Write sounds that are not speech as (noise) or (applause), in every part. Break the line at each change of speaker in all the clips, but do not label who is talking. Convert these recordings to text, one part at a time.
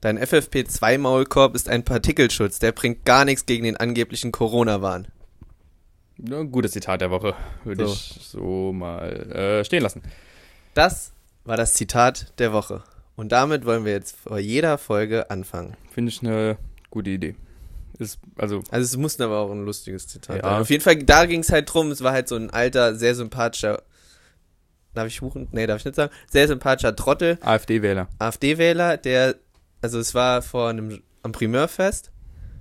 Dein FFP2-Maulkorb ist ein Partikelschutz, der bringt gar nichts gegen den angeblichen Corona-Wahn.
Na, ein gutes Zitat der Woche. Würde
So.
ich so mal äh, stehen lassen.
Das war das Zitat der Woche. Und damit wollen wir jetzt vor jeder Folge anfangen.
Finde ich eine gute Idee. Ist, also,
Also es mussten aber auch ein lustiges Zitat
Ja.
sein. Auf jeden Fall, da ging es halt drum, es war halt so ein alter, sehr sympathischer, darf ich huchen? Nee, darf ich nicht sagen. Sehr sympathischer Trottel,
AfD-Wähler.
AfD-Wähler, der, also es war vor einem, am Primeurfest,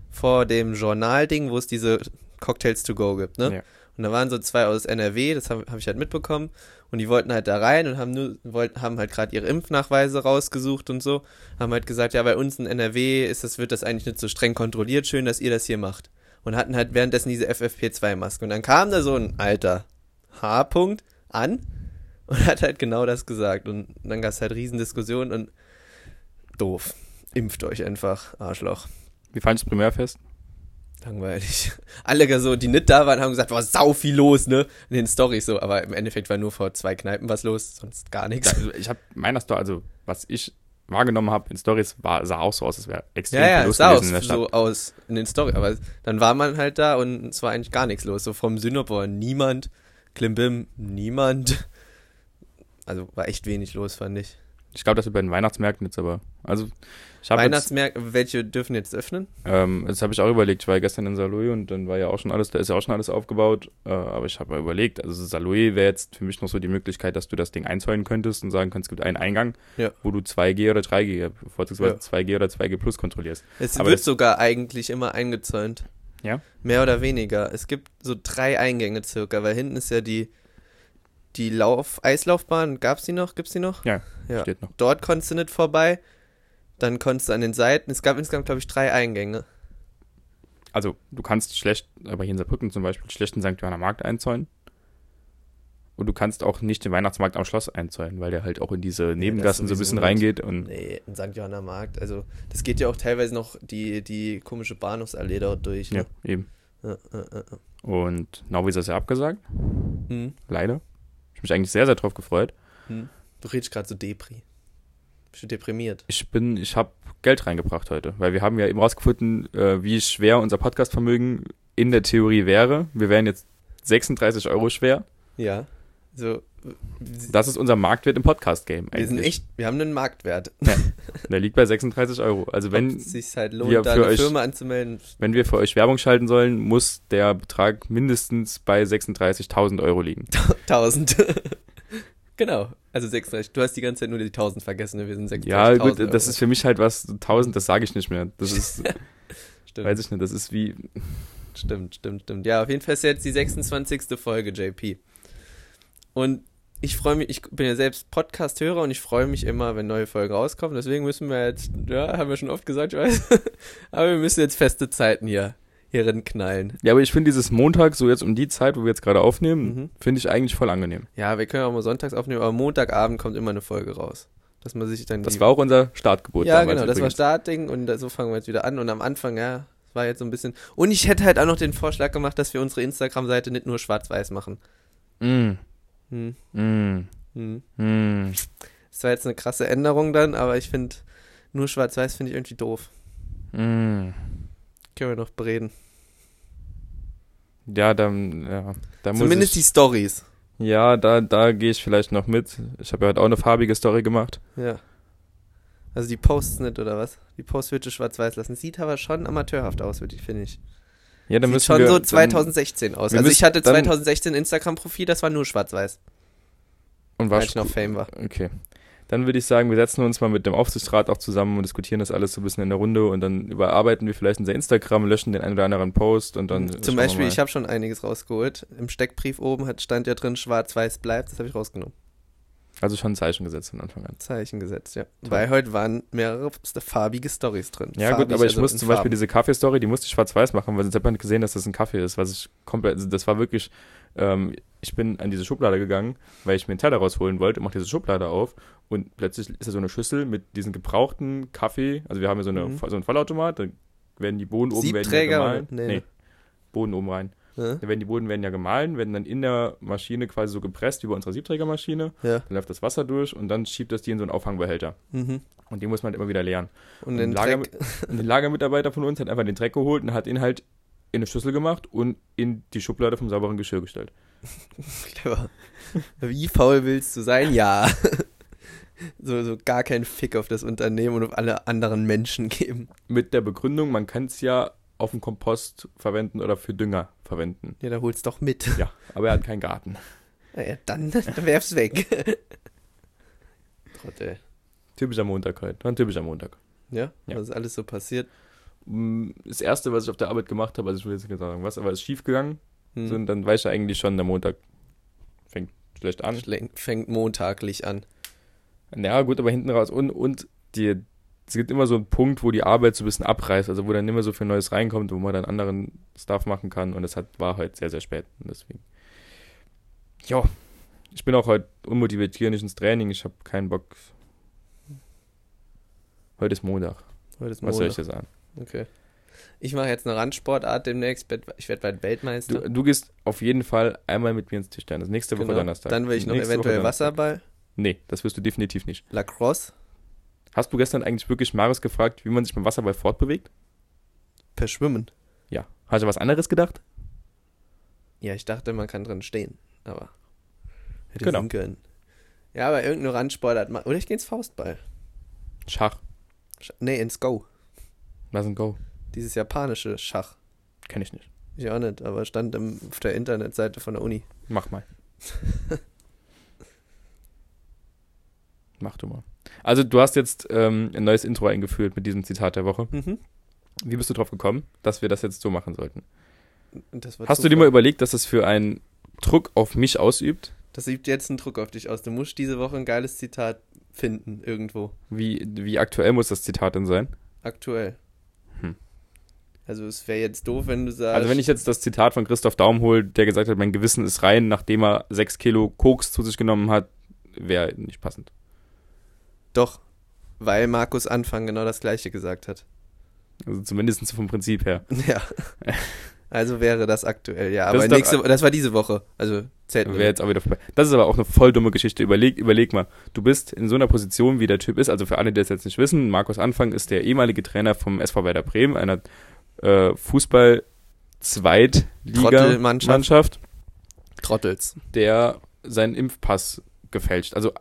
vor dem Journalding, wo es diese Cocktails to go gibt, ne?
Ja.
Und da waren so zwei aus NRW, das habe hab ich halt mitbekommen. Und die wollten halt da rein und haben nur, wollten, haben halt gerade ihre Impfnachweise rausgesucht und so. Haben halt gesagt, ja, bei uns in NRW ist das, wird das eigentlich nicht so streng kontrolliert. Schön, dass ihr das hier macht. Und hatten halt währenddessen diese FFP2-Maske. Und dann kam da so ein alter H-Punkt an und hat halt genau das gesagt. Und dann gab es halt Riesendiskussionen und doof. Impft euch einfach, Arschloch.
Wie fandest du das Primärfest?
Langweilig. (laughs) Alle gar so, die nicht da waren, haben gesagt, war sau viel los, ne? In den Storys so, aber im Endeffekt war nur vor zwei Kneipen was los, sonst gar nichts.
Also, ich habe meiner Story, also, was ich wahrgenommen habe in Stories, war, sah auch so aus, als wäre extrem
Ja, ja,
viel
es
halt los
sah auch
gewesen in der Stadt.
so aus in den Story, aber dann war man halt da und es war eigentlich gar nichts los. So vom Synop war niemand, Klimbim niemand. Also war echt wenig los, fand ich.
Ich glaube, das ist bei den Weihnachtsmärkten jetzt aber. Also, ich habe jetzt,
Weihnachtsmärkte, welche dürfen jetzt öffnen?
ähm, das habe ich auch überlegt. Ich war ja gestern in Saarlouis und dann war ja auch schon alles, da ist ja auch schon alles aufgebaut. Äh, aber ich habe mal überlegt, also Saarlouis wäre jetzt für mich noch so die Möglichkeit, dass du das Ding einzäunen könntest und sagen könntest, es gibt einen Eingang,
Ja.
wo du 2G oder 3G, vorzugsweise
Ja.
2G oder 2G Plus kontrollierst.
Es
Aber
wird
das-
sogar eigentlich immer eingezäunt.
Ja?
Mehr oder weniger. Es gibt so drei Eingänge circa, weil hinten ist ja die, die Lauf Eislaufbahn. Gab's die noch? Gibt's die noch?
Ja,
Ja.
steht noch.
Dort konntest du nicht vorbei. Dann konntest du an den Seiten. Es gab insgesamt, glaube ich, drei Eingänge.
Also, du kannst schlecht, aber hier in Saarbrücken zum Beispiel, schlecht den St. Johanner Markt einzäunen. Und du kannst auch nicht den Weihnachtsmarkt am Schloss einzäunen, weil der halt auch in diese Nebengassen so ein
sowieso
bisschen
nicht.
reingeht und
Nee, in St. Johanna Markt. Also, das geht ja auch teilweise noch die, die komische Bahnhofsallee dort durch.
ja,
Ne?
eben.
Ja. Äh, äh, äh.
Und Nauwies ist ja abgesagt.
Hm.
leider. Ich hab mich eigentlich sehr, sehr drauf gefreut.
Du redest gerade so Depri. Bist du deprimiert?
Ich bin, ich habe Geld reingebracht heute, weil wir haben ja eben rausgefunden, äh, wie schwer unser Podcastvermögen in der Theorie wäre. Wir wären jetzt 36 Euro schwer.
Ja. So,
Das ist unser Marktwert im Podcast-Game
wir sind
eigentlich.
echt, wir haben einen Marktwert.
Der liegt bei 36 Euro. Also
Wenn
wenn,
Ob es sich halt lohnt,
wir
da
für
eine
euch-
Firma anzumelden. (laughs)
wenn wir für euch Werbung schalten sollen, muss der Betrag mindestens bei 36.000
(laughs)
Euro liegen.
1000. genau. Also 36. Du hast die ganze Zeit nur die 1000 vergessen. ne? Wir sind also 36.
Ja, gut, das ist für mich halt was, 1000, das sage ich nicht mehr. Das ist,
(laughs) Stimmt,
weiß ich nicht, das ist wie,
stimmt, stimmt, stimmt. Ja, auf jeden Fall ist jetzt die 26. Folge, JP. Und ich freue mich, ich bin ja selbst Podcast-Hörer und ich freue mich immer, wenn neue Folgen rauskommen. Deswegen müssen wir jetzt, ja, haben wir schon oft gesagt, ich weiß. (laughs) Aber wir müssen jetzt feste Zeiten hier, hierin knallen.
ja, aber ich finde dieses Montag, so jetzt um die Zeit, wo wir jetzt gerade aufnehmen,
Mhm.
finde ich eigentlich voll angenehm.
Ja, wir können auch mal sonntags aufnehmen, aber Montagabend kommt immer eine Folge raus. Dass man sich dann die
Das war auch unser Startgebot.
Ja,
damals
genau, das war
übrigens.
Startding und da- so fangen wir jetzt wieder an. Und am Anfang, ja, es war jetzt so ein bisschen. Und ich hätte halt auch noch den Vorschlag gemacht, dass wir unsere Instagram-Seite nicht nur schwarz-weiß machen. Hm,
Mm, mm,
hm.
mm.
Das war jetzt eine krasse Änderung dann, aber ich finde, nur schwarz-weiß finde ich irgendwie doof.
Mm.
Können wir noch bereden.
Ja, dann, ja, da muss
Zumindest die
ich,
Stories.
Ja, da, da gehe ich vielleicht noch mit. Ich habe ja heute auch eine farbige Story gemacht.
Ja. Also die Posts nicht, oder was? Die Posts würde schwarz-weiß lassen. Sieht aber schon amateurhaft aus, würde ich, finde ich.
Ja, dann
Sieht
müssen
schon
wir,
so
dann-
2016 aus.
wir
Also ich
müssen
hatte
dann-
2016 Instagram-Profil, das war nur schwarz-weiß,
und
als
was,
ich noch Fame war.
Okay. Dann würde ich sagen, wir setzen uns mal mit dem Aufsichtsrat auch zusammen und diskutieren das alles so ein bisschen in der Runde und dann überarbeiten wir vielleicht unser Instagram, löschen den einen oder anderen Post und dann.
Zum
schauen wir
Beispiel,
mal.
ich habe schon einiges rausgeholt. Im Steckbrief oben hat, stand ja drin, schwarz-weiß bleibt. Das habe ich rausgenommen.
Also schon ein Zeichen gesetzt von Anfang an.
Zeichen gesetzt, ja. Weil heute waren mehrere farbige Stories drin.
Ja
Farbig,
gut, aber ich
also
musste
in
zum Beispiel
Farben.
diese Kaffee-Story, die musste ich schwarz-weiß machen, weil sonst hätte man nicht gesehen, dass das ein Kaffee ist. Was ich komplett, also das war wirklich, ähm, ich bin an diese Schublade gegangen, weil ich mir einen Teller rausholen wollte, mache diese Schublade auf und plötzlich ist da so eine Schüssel mit diesen gebrauchten Kaffee. Also wir haben ja so, eine,
Mhm.
so einen Vollautomat, dann werden die Bohnen oben werden die
Siebträger
gemahlen.
oder- nee,
Nee.
nee.
Bohnen oben rein.
Ja.
Da werden die Bohnen werden ja gemahlen, werden dann in der Maschine quasi so gepresst wie bei unserer Siebträgermaschine.
Ja.
Dann läuft das Wasser durch und dann schiebt das die in so einen Auffangbehälter.
Mhm.
Und den muss man halt immer wieder leeren.
Und
Und
den
Lager-
Dreck.
Und (laughs) ein Lagermitarbeiter von uns hat einfach den Dreck geholt und hat ihn halt in eine Schüssel gemacht und in die Schublade vom sauberen Geschirr gestellt.
(laughs) Clever. Wie faul willst du sein? Ja. (laughs) So, so gar keinen Fick auf das Unternehmen und auf alle anderen Menschen geben.
Mit der Begründung, man kann es ja auf dem Kompost verwenden oder für Dünger verwenden.
Ja, da hol's doch mit.
Ja, aber er hat keinen Garten.
Na Ja, dann, (laughs) dann werf's weg. Trottel.
Typischer Montag halt. War ein typischer Montag.
Ja,
Ja.
was ist alles so passiert?
Mm, Das erste, was ich auf der Arbeit gemacht habe, also ich will jetzt nicht sagen, was, aber es ist schief gegangen.
Hm.
So, und dann weiß ich ja eigentlich schon, der Montag fängt schlecht an.
Schlen- fängt montaglich an.
Ja, gut, aber hinten raus. Und, und die, es gibt immer so einen Punkt, wo die Arbeit so ein bisschen abreißt, also wo dann nicht mehr so viel Neues reinkommt, wo man dann anderen Stuff machen kann. Und das hat, war heute sehr, sehr spät. Und deswegen. Ja, ich bin auch heute unmotiviert hier nicht ins Training. Ich habe keinen Bock. Heute ist Montag.
Heute ist
Was soll ich
Montag.
dir sagen?
Okay. Ich mache jetzt eine Randsportart demnächst. Werd- Ich werde bald Weltmeister.
Du, du gehst auf jeden Fall einmal mit mir ins Tischtennis. Das nächste Woche
Genau.
Donnerstag.
Dann will ich noch
Nächste
eventuell
Woche Donnerstag.
Wasserball.
Nee, das wirst du definitiv nicht.
Lacrosse.
Hast du gestern eigentlich wirklich Maris gefragt, wie man sich beim Wasserball fortbewegt?
Per Schwimmen.
Ja. Hast du was anderes gedacht?
Ja, ich dachte, man kann drin stehen. Aber hätte
Genau.
genau. können. Ja, aber irgendeine Randsportart. ma- Oder ich gehe ins Faustball.
Schach.
Sch nee, ins Go.
Lass ein Go.
Dieses japanische Schach.
Kenn ich nicht.
Ich auch nicht, aber stand im, auf der Internetseite von der Uni.
Mach mal. Mach du mal. Also du hast jetzt ähm, ein neues Intro eingeführt mit diesem Zitat der Woche.
Mhm.
Wie bist du drauf gekommen, dass wir das jetzt so machen sollten?
Und das war
Hast du dir
Zufall.
mal überlegt, dass das für einen Druck auf mich ausübt?
Das übt jetzt einen Druck auf dich aus. Du musst diese Woche ein geiles Zitat finden, irgendwo.
Wie, wie aktuell muss das Zitat denn sein?
Aktuell.
Hm.
Also es wäre jetzt doof, wenn du sagst.
Also wenn ich jetzt das Zitat von Christoph Daum hole, der gesagt hat, mein Gewissen ist rein, nachdem er sechs Kilo Koks zu sich genommen hat, wäre nicht passend.
Doch, weil Markus Anfang genau das gleiche gesagt
(laughs)
hat.
Also zumindest vom Prinzip her.
Ja. Also wäre das aktuell, ja.
Das
Aber
ist doch-
nächste Woche, das war diese Woche. Also zählt
Wäre
nicht.
jetzt auch wieder vorbei. Das ist aber auch eine voll dumme Geschichte. Überleg, überleg mal. Du bist in so einer Position, wie der Typ ist. Also für alle, die das jetzt nicht wissen, Markus Anfang ist der ehemalige Trainer vom SV Werder Bremen, einer äh,
Trottelmannschaft.
Fußball-Zweitliga-Mannschaft,
Trottels.
der seinen Impfpass gefälscht, also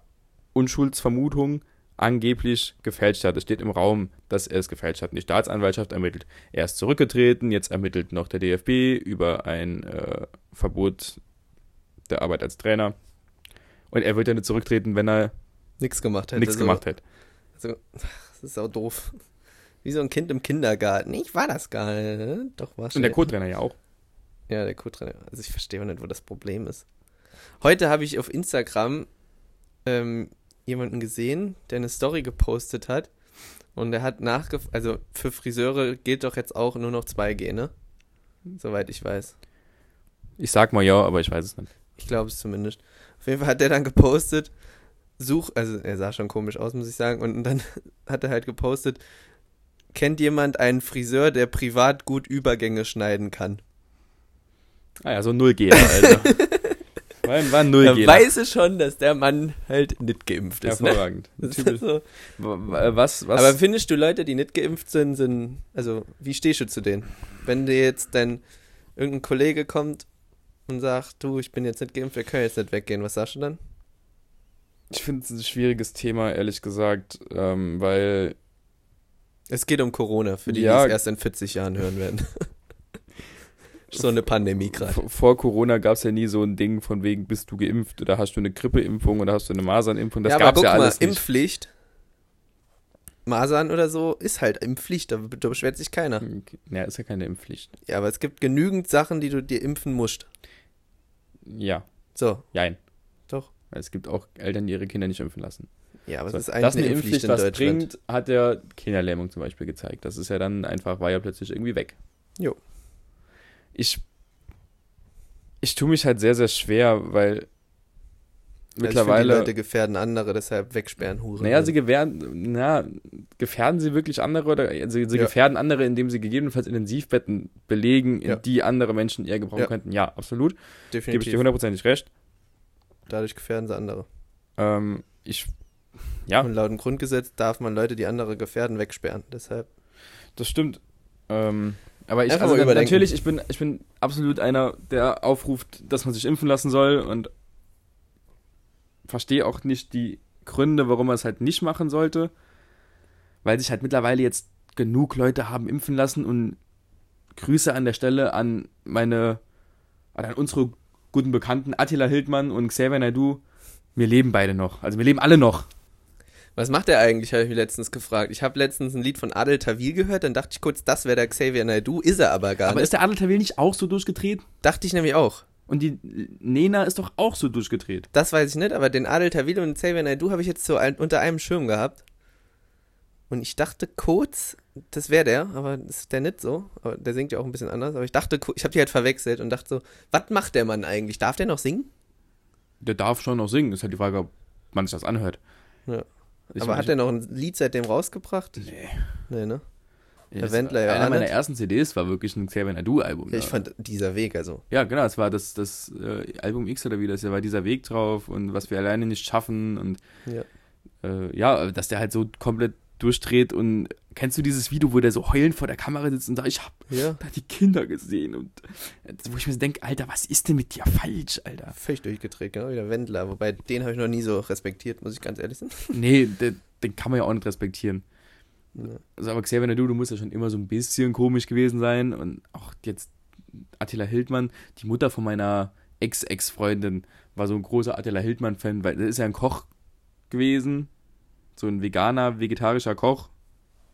Unschuldsvermutung angeblich gefälscht hat. Es steht im Raum, dass er es gefälscht hat. Und Die Staatsanwaltschaft ermittelt. Er ist zurückgetreten, jetzt ermittelt noch der DFB über ein äh, Verbot der Arbeit als Trainer. Und er wird ja nicht zurücktreten, wenn er
Nix gemacht hätte.
nichts
so.
gemacht hätte.
Das ist auch doof. Wie so ein Kind im Kindergarten. Ich war das gar nicht. Doch, war
Und der Co-Trainer ja auch.
Ja, der Co-Trainer. Also ich verstehe auch nicht, wo das Problem ist. Heute habe ich auf Instagram ähm, jemanden gesehen, der eine Story gepostet hat. Und der hat nachgefragt, also für Friseure gilt doch jetzt auch nur noch 2G, ne? Soweit ich weiß.
Ich sag mal ja, aber ich weiß es nicht.
Ich glaube es zumindest. Auf jeden Fall hat der dann gepostet, such, also er sah schon komisch aus, muss ich sagen. Und dann (laughs) hat er halt gepostet, kennt jemand einen Friseur, der privat gut Übergänge schneiden kann?
Ah ja, so
(laughs)
ein Nullgeher, Alter. war, war ein
Da
Nullgeher.
weiß ich schon, dass der Mann halt nicht geimpft ist, ne?
Hervorragend.
Das (laughs)
Typisch.
ist so.
Was, was?
Aber findest du Leute, die nicht geimpft sind, sind, also wie stehst du zu denen? Wenn dir jetzt dein irgendein Kollege kommt und sagt, du, ich bin jetzt nicht geimpft, wir können jetzt nicht weggehen, was sagst du dann?
Ich finde es ein schwieriges Thema, ehrlich gesagt, ähm, weil
Es geht um Corona, für die,
Ja.
die es erst in 40 Jahren hören werden. (laughs) so eine Pandemie gerade.
v- vor Corona gab es ja nie so ein Ding von wegen, bist du geimpft oder hast du eine Grippeimpung oder hast du eine Masernimpfung. Das
ja, aber
gab es
guck
ja
mal,
alles nicht.
Impfpflicht, Masern oder so, ist halt Impfpflicht, da da beschwert sich keiner.
Okay. Ja, ist ja keine Impfpflicht.
Ja, aber es gibt genügend Sachen, die du dir impfen musst.
Ja,
So,
jein.
Doch.
Es gibt auch Eltern, die ihre Kinder nicht impfen lassen.
ja, aber
So,
es ist eigentlich
dass
eine Impfpflicht, in
was
Deutschland. Also
bringt, hat ja Kinderlähmung zum Beispiel gezeigt. Das ist ja dann einfach, war ja plötzlich irgendwie weg.
Jo.
Ich, ich tue mich halt sehr, sehr schwer,
Also ich
weil
finde, die
mittlerweile.
Leute gefährden andere, deshalb wegsperren Also Huren.
Naja, sie gewähren, na, gefährden sie wirklich andere oder also, sie
Ja.
gefährden andere, indem sie gegebenenfalls Intensivbetten belegen, in
Ja.
die andere Menschen eher gebrauchen
Ja.
könnten. Ja, absolut. Gebe ich dir
definitiv.
hundertprozentig recht.
Dadurch gefährden sie andere.
Ähm, ich, ja,
Und laut dem Grundgesetz darf man Leute, die andere gefährden, wegsperren. Deshalb.
das stimmt. Ähm, aber ich,
Einfach
also,
mal überdenken.
natürlich, ich bin, ich bin absolut einer, der aufruft, dass man sich impfen lassen soll und verstehe auch nicht die Gründe, warum man es halt nicht machen sollte, weil sich halt mittlerweile jetzt genug Leute haben impfen lassen und Grüße an der Stelle an meine, an unsere guten Bekannten Attila Hildmann und Xavier Naidoo. Wir leben beide noch. Also wir leben alle noch.
Was macht er eigentlich, habe ich mich letztens gefragt. Ich habe letztens ein Lied von Adel Tawil gehört, dann dachte ich kurz, das wäre der Xavier Naidoo, ist er aber gar
Aber
nicht.
ist der Adel Tawil nicht auch so durchgedreht?
Dachte ich nämlich auch.
Und die Nena ist doch auch so durchgedreht.
Das weiß ich nicht, aber den Adel Tawil und den Xavier Naidoo habe ich jetzt so ein, unter einem Schirm gehabt. Und ich dachte kurz, das wäre der, aber das ist der nicht so. Aber der singt ja auch ein bisschen anders. Aber ich dachte, ku- ich habe die halt verwechselt und dachte so, was macht der Mann eigentlich? Darf der noch singen?
Der darf schon noch singen, ist halt die Frage, ob man sich das anhört.
Ja.
Ich
aber
meine,
hat er noch ein Lied seitdem rausgebracht?
Nee.
Nee, ne?
Ja,
Herr
das-
Wendler, ja,
Einer
auch
meiner
nicht.
ersten CDs war wirklich ein Xavier Nadu-Album.
Ja, ich fand dieser Weg, also.
ja, genau, es war das, das äh, Album X oder wie das, da war dieser Weg drauf und was wir alleine nicht schaffen und
Ja.
äh, ja, dass der halt so komplett durchdreht und kennst du dieses Video, wo der so heulend vor der Kamera sitzt und sagt, ich hab
Ja.
da die Kinder gesehen und äh, wo ich mir so denke, Alter, was ist denn mit dir falsch, Alter?
Völlig durchgedreht, genau wie der Wendler. Wobei, den habe ich noch nie so respektiert, muss ich ganz ehrlich sagen.
Nee, den, den kann man ja auch nicht respektieren.
Ja.
Also, aber Xavier Nadu, du musst ja schon immer so ein bisschen komisch gewesen sein. Und auch jetzt Attila Hildmann, die Mutter von meiner Ex-Ex-Freundin, war so ein großer Attila Hildmann-Fan, weil der ist ja ein Koch gewesen. So ein veganer, vegetarischer Koch,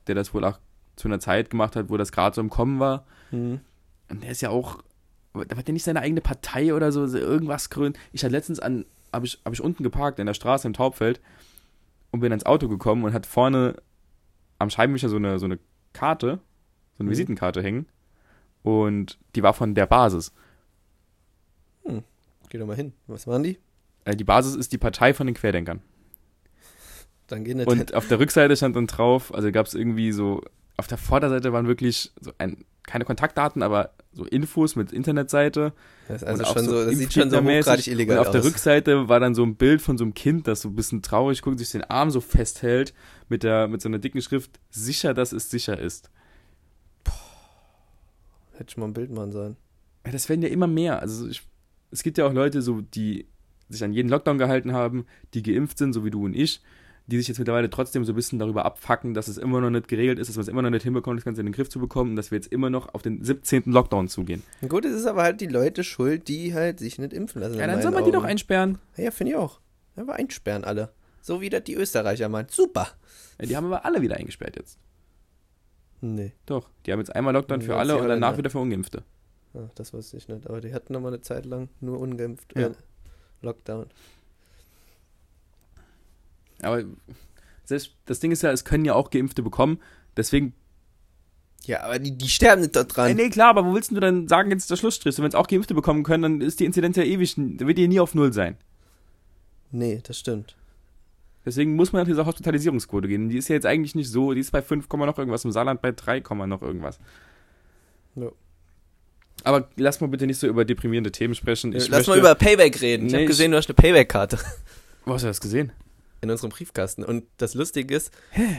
der das wohl auch zu einer Zeit gemacht hat, wo das gerade so im Kommen war. Mhm. Und der ist ja auch, aber hat der nicht seine eigene Partei oder so, so irgendwas grün? Ich hatte letztens an, habe ich, hab ich unten geparkt in der Straße im Taubfeld und bin ans Auto gekommen und hat vorne am Scheibenwischer so eine, so eine Karte, so eine
Mhm.
Visitenkarte hängen. Und die war von der Basis.
Geh doch mal hin. Was machen die?
Äh, Die Basis ist die Partei von den Querdenkern.
Dann gehen nicht.
Und auf der Rückseite stand dann drauf, also gab es irgendwie so, auf der Vorderseite waren wirklich so ein, keine Kontaktdaten, aber so Infos mit Internetseite
Das ist also
Und auch
schon so, das sieht schon so
Impfgegnermäßig.
hochgradig illegal
Und auf der
aus.
Rückseite war dann so ein Bild von so einem Kind, das so ein bisschen traurig guckt, sich den Arm so festhält, mit, der, mit so einer dicken Schrift, sicher, dass es sicher ist.
Hätte schon mal ein Bild machen sollen.
Ja, das werden ja immer mehr. Also ich, es gibt ja auch Leute, so, die sich an jeden Lockdown gehalten haben, die geimpft sind, so wie du und ich, die sich jetzt mittlerweile trotzdem so ein bisschen darüber abfacken, dass es immer noch nicht geregelt ist, dass man es immer noch nicht hinbekommt, das Ganze in den Griff zu bekommen und dass wir jetzt immer noch auf den 17. Lockdown zugehen.
Gut, es ist aber halt die Leute schuld, die halt sich nicht impfen lassen.
Ja,
in
dann soll
meinen
man die
Augen.
doch einsperren.
Ja, finde ich auch. Aber einsperren alle. So wie das die Österreicher meinen. Super.
Ja, die haben aber alle wieder eingesperrt jetzt.
Nee,
Doch, die haben jetzt einmal Lockdown
Ja,
für
jetzt
alle
die
und danach
Holländer.
wieder für Ungeimpfte.
ah, das wusste ich nicht. Aber die hatten noch mal eine Zeit lang nur ungeimpft.
Ja.
Äh, Lockdown.
Aber selbst, das Ding ist ja, es können ja auch Geimpfte bekommen. Deswegen.
Ja, aber die, die sterben nicht da
Äh,
dran.
nee, klar, aber wo willst denn du dann sagen, jetzt ist der Schlussstrich? Und wenn es auch Geimpfte bekommen können, dann ist die Inzidenz ja ewig. Dann wird die ja nie auf Null sein.
nee, das stimmt.
Deswegen muss man nach dieser Hospitalisierungsquote gehen. Die ist ja jetzt eigentlich nicht so. Die ist bei 5, Komma noch irgendwas, im Saarland bei 3, Komma noch irgendwas.
Ja.
Aber lass mal bitte nicht so über deprimierende Themen sprechen. Ich
Äh, Lass
möchte,
mal über Payback reden. ich
Nee,
habe
ich-
gesehen, du hast eine Payback-Karte. (laughs)
Wo hast du das gesehen?
in unserem Briefkasten. Und das Lustige ist,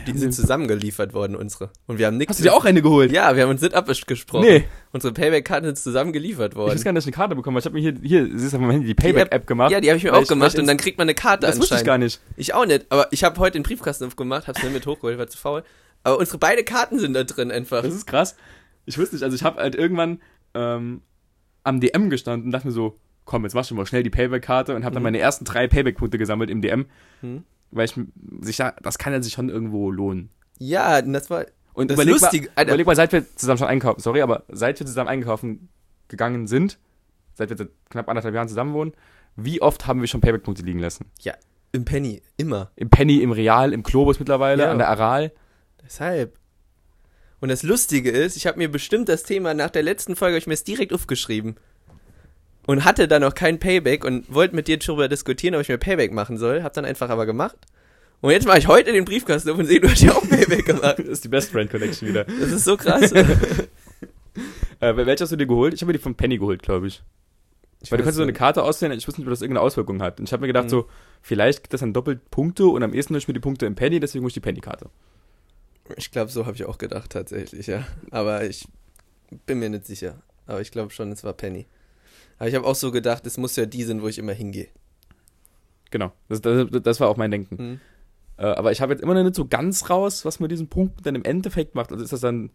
die sind zusammengeliefert worden, unsere. Und wir haben nichts.
Also- Hast du dir auch eine geholt?
Ja, wir haben uns nicht abgesprochen.
Nee.
Unsere Payback-Karten sind zusammengeliefert
Ich
worden.
weiß gar nicht, dass ich eine Karte bekommen habe. Ich habe mir hier, hier, siehst du auf meinem Handy, die Payback-App gemacht.
ja, die habe ich mir
Weil
auch gemacht
weil
und dann kriegt man eine Karte
Das wusste ich
anscheinend.
gar nicht.
Ich auch nicht, aber ich habe heute den Briefkasten aufgemacht, hab's mir mit hochgeholt, war zu faul. Aber unsere beide Karten sind da drin einfach.
Das ist krass. Ich wusste nicht, also ich habe halt irgendwann ähm, am DM gestanden und dachte mir so, komm, jetzt mach schon mal schnell die Payback-Karte und habe dann meine ersten drei Payback-Punkte gesammelt im DM.
Mhm.
Weil ich m- sich da, das kann ja sich schon irgendwo lohnen.
Ja, und das war.
Und
Das
überleg,
Lustige-
mal,
Alter.
überleg mal, seit wir zusammen schon einkaufen, sorry, aber seit wir zusammen einkaufen gegangen sind, seit wir seit knapp anderthalb Jahren zusammen wohnen, wie oft haben wir schon Payback-Punkte liegen lassen?
Ja, im Penny, immer.
Im Penny, im Real, im Globus mittlerweile,
Ja.
an der Aral.
Deshalb. Und das Lustige ist, ich habe mir bestimmt das Thema nach der letzten Folge, hab ich mir es direkt aufgeschrieben. und hatte dann noch kein Payback und wollte mit dir darüber diskutieren, ob ich mir Payback machen soll. Hab dann einfach aber gemacht. Und jetzt mache ich heute den Briefkasten auf und sehe, du hast ja auch Payback gemacht.
(laughs) Das ist die Best Friend Connection wieder.
Das ist so krass.
(laughs) Äh, welche hast du dir geholt? Ich habe mir die von Penny geholt, glaube ich. Weil du kannst so eine Karte auswählen, ich wusste nicht, ob das irgendeine Auswirkung hat. Und ich habe mir gedacht,
Mhm.
so, vielleicht gibt das dann doppelt Punkte und am ehesten hol ich mir die Punkte im Penny, deswegen hol ich die Penny-Karte.
Ich glaube, so habe ich auch gedacht tatsächlich, ja. Aber ich bin mir nicht sicher. Aber ich glaube schon, es war Penny. Aber ich habe auch so gedacht, es muss ja die sind, wo ich immer hingehe.
Genau. Das, das, das war auch mein Denken.
Mhm.
Äh, aber ich habe jetzt immer noch nicht so ganz raus, was man diesen Punkt dann im Endeffekt macht. Also ist das dann,